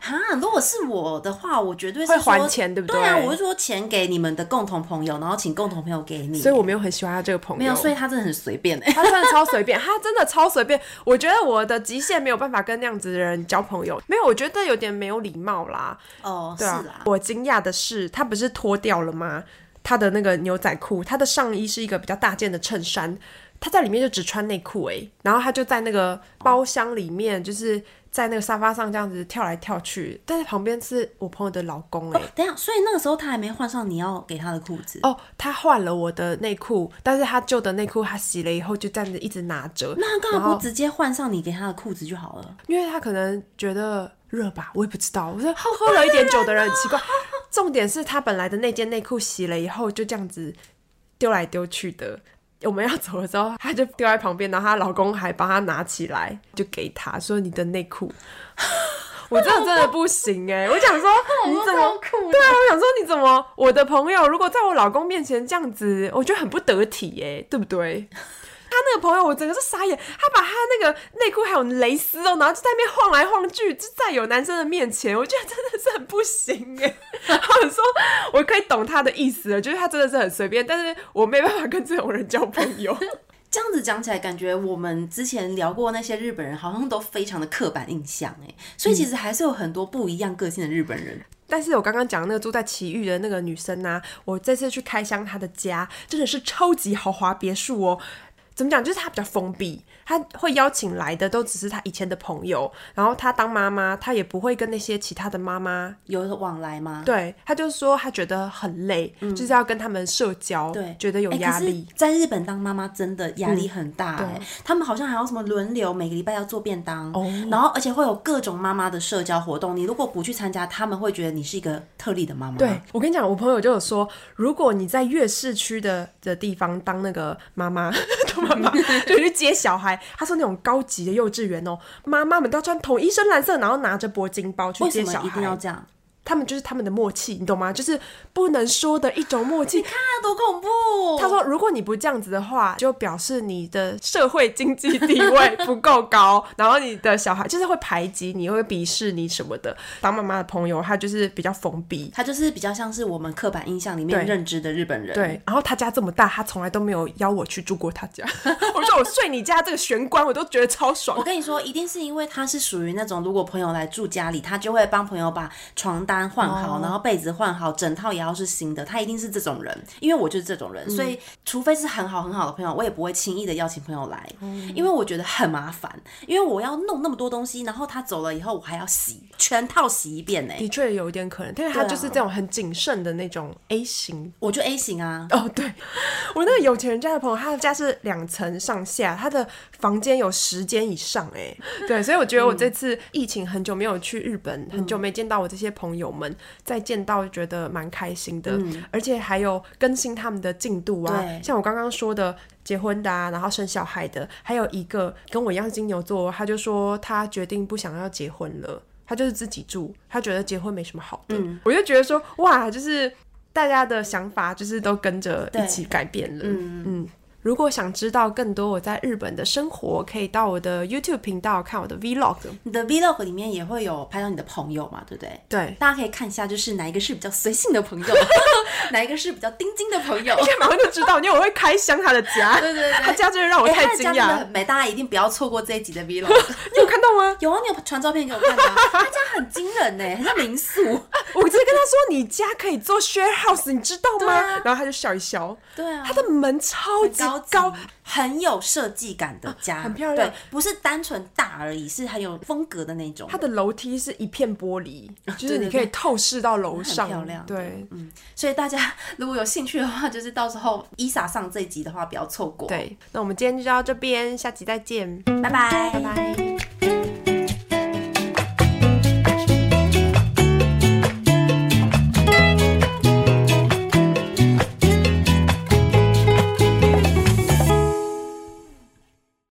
Speaker 2: 哈，如果是我的话，我绝对是
Speaker 1: 会还
Speaker 2: 说
Speaker 1: 钱对不
Speaker 2: 对？啊，
Speaker 1: 对
Speaker 2: 我会说钱给你们的共同朋友，然后请共同朋友给你。
Speaker 1: 所以我没有很喜欢他这个朋友，
Speaker 2: 没有，所以他真的很随
Speaker 1: (laughs)
Speaker 2: 便哎、
Speaker 1: 他真的超随便，他真的超随便。我觉得我的极限没有办法跟那样子的人交朋友，没有，我觉得有点没有礼貌啦。
Speaker 2: 哦，
Speaker 1: 对啊，
Speaker 2: 是啦，
Speaker 1: 我惊讶的是，他不是脱掉了吗？他的那个牛仔裤，他的上衣是一个比较大件的衬衫，他在里面就只穿内裤诶，然后他就在那个包厢里面，就是在那个沙发上这样子跳来跳去，但是旁边是我朋友的老公诶。
Speaker 2: 等一下，所以那个时候他还没换上你要给他的裤子，
Speaker 1: 哦，他换了我的内裤，但是他旧的内裤他洗了以后就这样子一直拿着，
Speaker 2: 那他干
Speaker 1: 然
Speaker 2: 嘛
Speaker 1: 后
Speaker 2: 不直接换上你给他的裤子就好了？
Speaker 1: 因为他可能觉得热吧，我也不知道。我说喝了一点酒的人很奇怪。重点是他本来的那件内裤洗了以后就这样子丢来丢去的。我们要走的时候，她就丢在旁边，然后她老公还帮她拿起来，就给她说：“你的内裤。”我真的真的不行哎、 (laughs) 我想说你怎么
Speaker 2: 裤
Speaker 1: 对啊，我想说你怎么，我的朋友如果在我老公面前这样子，我觉得很不得体耶、对不对？他那个朋友，我整个是傻眼，他把他那个内裤还有蕾丝哦，然后就在那边晃来晃去，就在有男生的面前，我觉得真的是很不行哎。 (laughs) 然后我说，我可以懂他的意思了，就是他真的是很随便，但是我没办法跟这种人交朋友。
Speaker 2: 这样子讲起来，感觉我们之前聊过那些日本人，好像都非常的刻板印象哎、
Speaker 1: 嗯
Speaker 2: 所以其实还是有很多不一样个性的日本人。
Speaker 1: 但是我刚刚讲的那个啊住在奇遇的那个女生呢、我这次去开箱她的家，真的是超级豪华别墅哦。怎么讲，就是他比较封闭，他会邀请来的都只是他以前的朋友，然后他当妈妈，他也不会跟那些其他的妈妈。
Speaker 2: 有往来吗？
Speaker 1: 对，他就说他觉得很累，就是要跟他们社交，
Speaker 2: 嗯对，
Speaker 1: 觉得有
Speaker 2: 欸
Speaker 1: 压
Speaker 2: 可是
Speaker 1: 力。嗯
Speaker 2: 在日本当妈妈真的压力很大、欸
Speaker 1: 对哦
Speaker 2: 他们好像还要什么轮流，每个礼拜要做便当，然后而且会有各种妈妈的社交活动。你如果不去参加，他们会觉得你是一个特例的妈妈。
Speaker 1: 对，我跟你讲，我朋友就有说，如果你在越市区的的地方当那个妈妈， (laughs) 当
Speaker 2: (laughs)
Speaker 1: 妈妈就去接小孩，他说那种高级的幼稚园哦，妈妈们都要穿统一深蓝色，然后拿着铂金包去
Speaker 2: 为什
Speaker 1: 接
Speaker 2: 么
Speaker 1: 小
Speaker 2: 哦一定要
Speaker 1: 孩，啊
Speaker 2: 这样？
Speaker 1: 他们就是他们的默契，你懂吗？就是不能说的一种
Speaker 2: (laughs)
Speaker 1: 默契。
Speaker 2: 啊，多恐怖！
Speaker 1: 他说，如果你不这样子的话，就表示你的社会经济地位不够高， (laughs) 然后你的小孩就是会排挤你，会鄙视你什么的。当妈妈的朋友，他就是比较封闭，
Speaker 2: 他就是比较像是我们刻板印象里面
Speaker 1: 对
Speaker 2: 认知的日本人。，
Speaker 1: 对，然后他家这么大，他从来都没有邀我去住过他家。 (laughs) 我说我睡你家这个玄关，我都觉得超爽
Speaker 2: 我。跟你说，一定是因为他是属于那种，如果朋友来住家里，他就会帮朋友把床单换
Speaker 1: 哦
Speaker 2: 好，然后被子换好，整套也要是新的。他一定是这种人，因为我就是这种人，
Speaker 1: 嗯
Speaker 2: 所以除非是很好很好的朋友，我也不会轻易的邀请朋友来，
Speaker 1: 哦
Speaker 2: 因为我觉得很麻烦，因为我要弄那么多东西，然后他走了以后，我还要洗，全套洗一遍呢、
Speaker 1: 的确有一点可能，但是他
Speaker 2: 对啊
Speaker 1: 就是这种很谨慎的那种 A 型。
Speaker 2: 我就 A 型啊，
Speaker 1: 哦，对，我那个有钱人家的朋友，他的家是两层上下，他的房间有十间以上，哎，对，所以我觉得我这次疫情很久没有去日本，很久没见到我这些朋友们，再见到觉得蛮开心的，而且还有更新他们的进度啊，
Speaker 2: 对
Speaker 1: 像我刚刚说的。结婚的啊，然后生小孩的，还有一个跟我一样金牛座，他就说他决定不想要结婚了，他就是自己住，他觉得结婚没什么好的。我就觉得说，哇，就是大家的想法就是都跟着一起改变了。嗯嗯。如果想知道更多我在日本的生活，可以到我的 YouTube 频道看我的 Vlog。
Speaker 2: 你的 Vlog 里面也会有拍到你的朋友嘛，对不对？
Speaker 1: 对，
Speaker 2: 大家可以看一下，就是哪一个是比较随性的朋友， (laughs) 哪一个是比较钉钉的朋
Speaker 1: (laughs)
Speaker 2: 友。
Speaker 1: 应该马上就知道，因为我会开箱他的家。
Speaker 2: (laughs) 对对对
Speaker 1: 他家真的让我
Speaker 2: 哎，
Speaker 1: 太
Speaker 2: 他的
Speaker 1: 惊
Speaker 2: 家真的
Speaker 1: 讶。
Speaker 2: 很美，大家一定不要错过这一集的 vlog。 (laughs)
Speaker 1: 你有看到吗？
Speaker 2: 有啊，你有传照片给我看吗？他家很惊人
Speaker 1: (laughs)
Speaker 2: 呢、很像民宿。
Speaker 1: 我直接跟他说：“你家可以做 share house，你知道吗？”然后他就笑一笑。
Speaker 2: 啊对啊
Speaker 1: 他的门超级
Speaker 2: 高
Speaker 1: 高，
Speaker 2: 级很有设计感的家，
Speaker 1: 很漂亮
Speaker 2: 对，不是单纯大而已，是很有风格的那种
Speaker 1: 它。的楼梯是一片玻璃，就是你
Speaker 2: 啊对对
Speaker 1: 可以透视到楼上，
Speaker 2: 很漂亮嗯
Speaker 1: 对
Speaker 2: 所以大家如果有兴趣的话，就是到时候伊莎上这一集的话，不要错过。，
Speaker 1: 对。那我们今天就到这边，下期再见，
Speaker 2: 拜拜，
Speaker 1: 拜拜。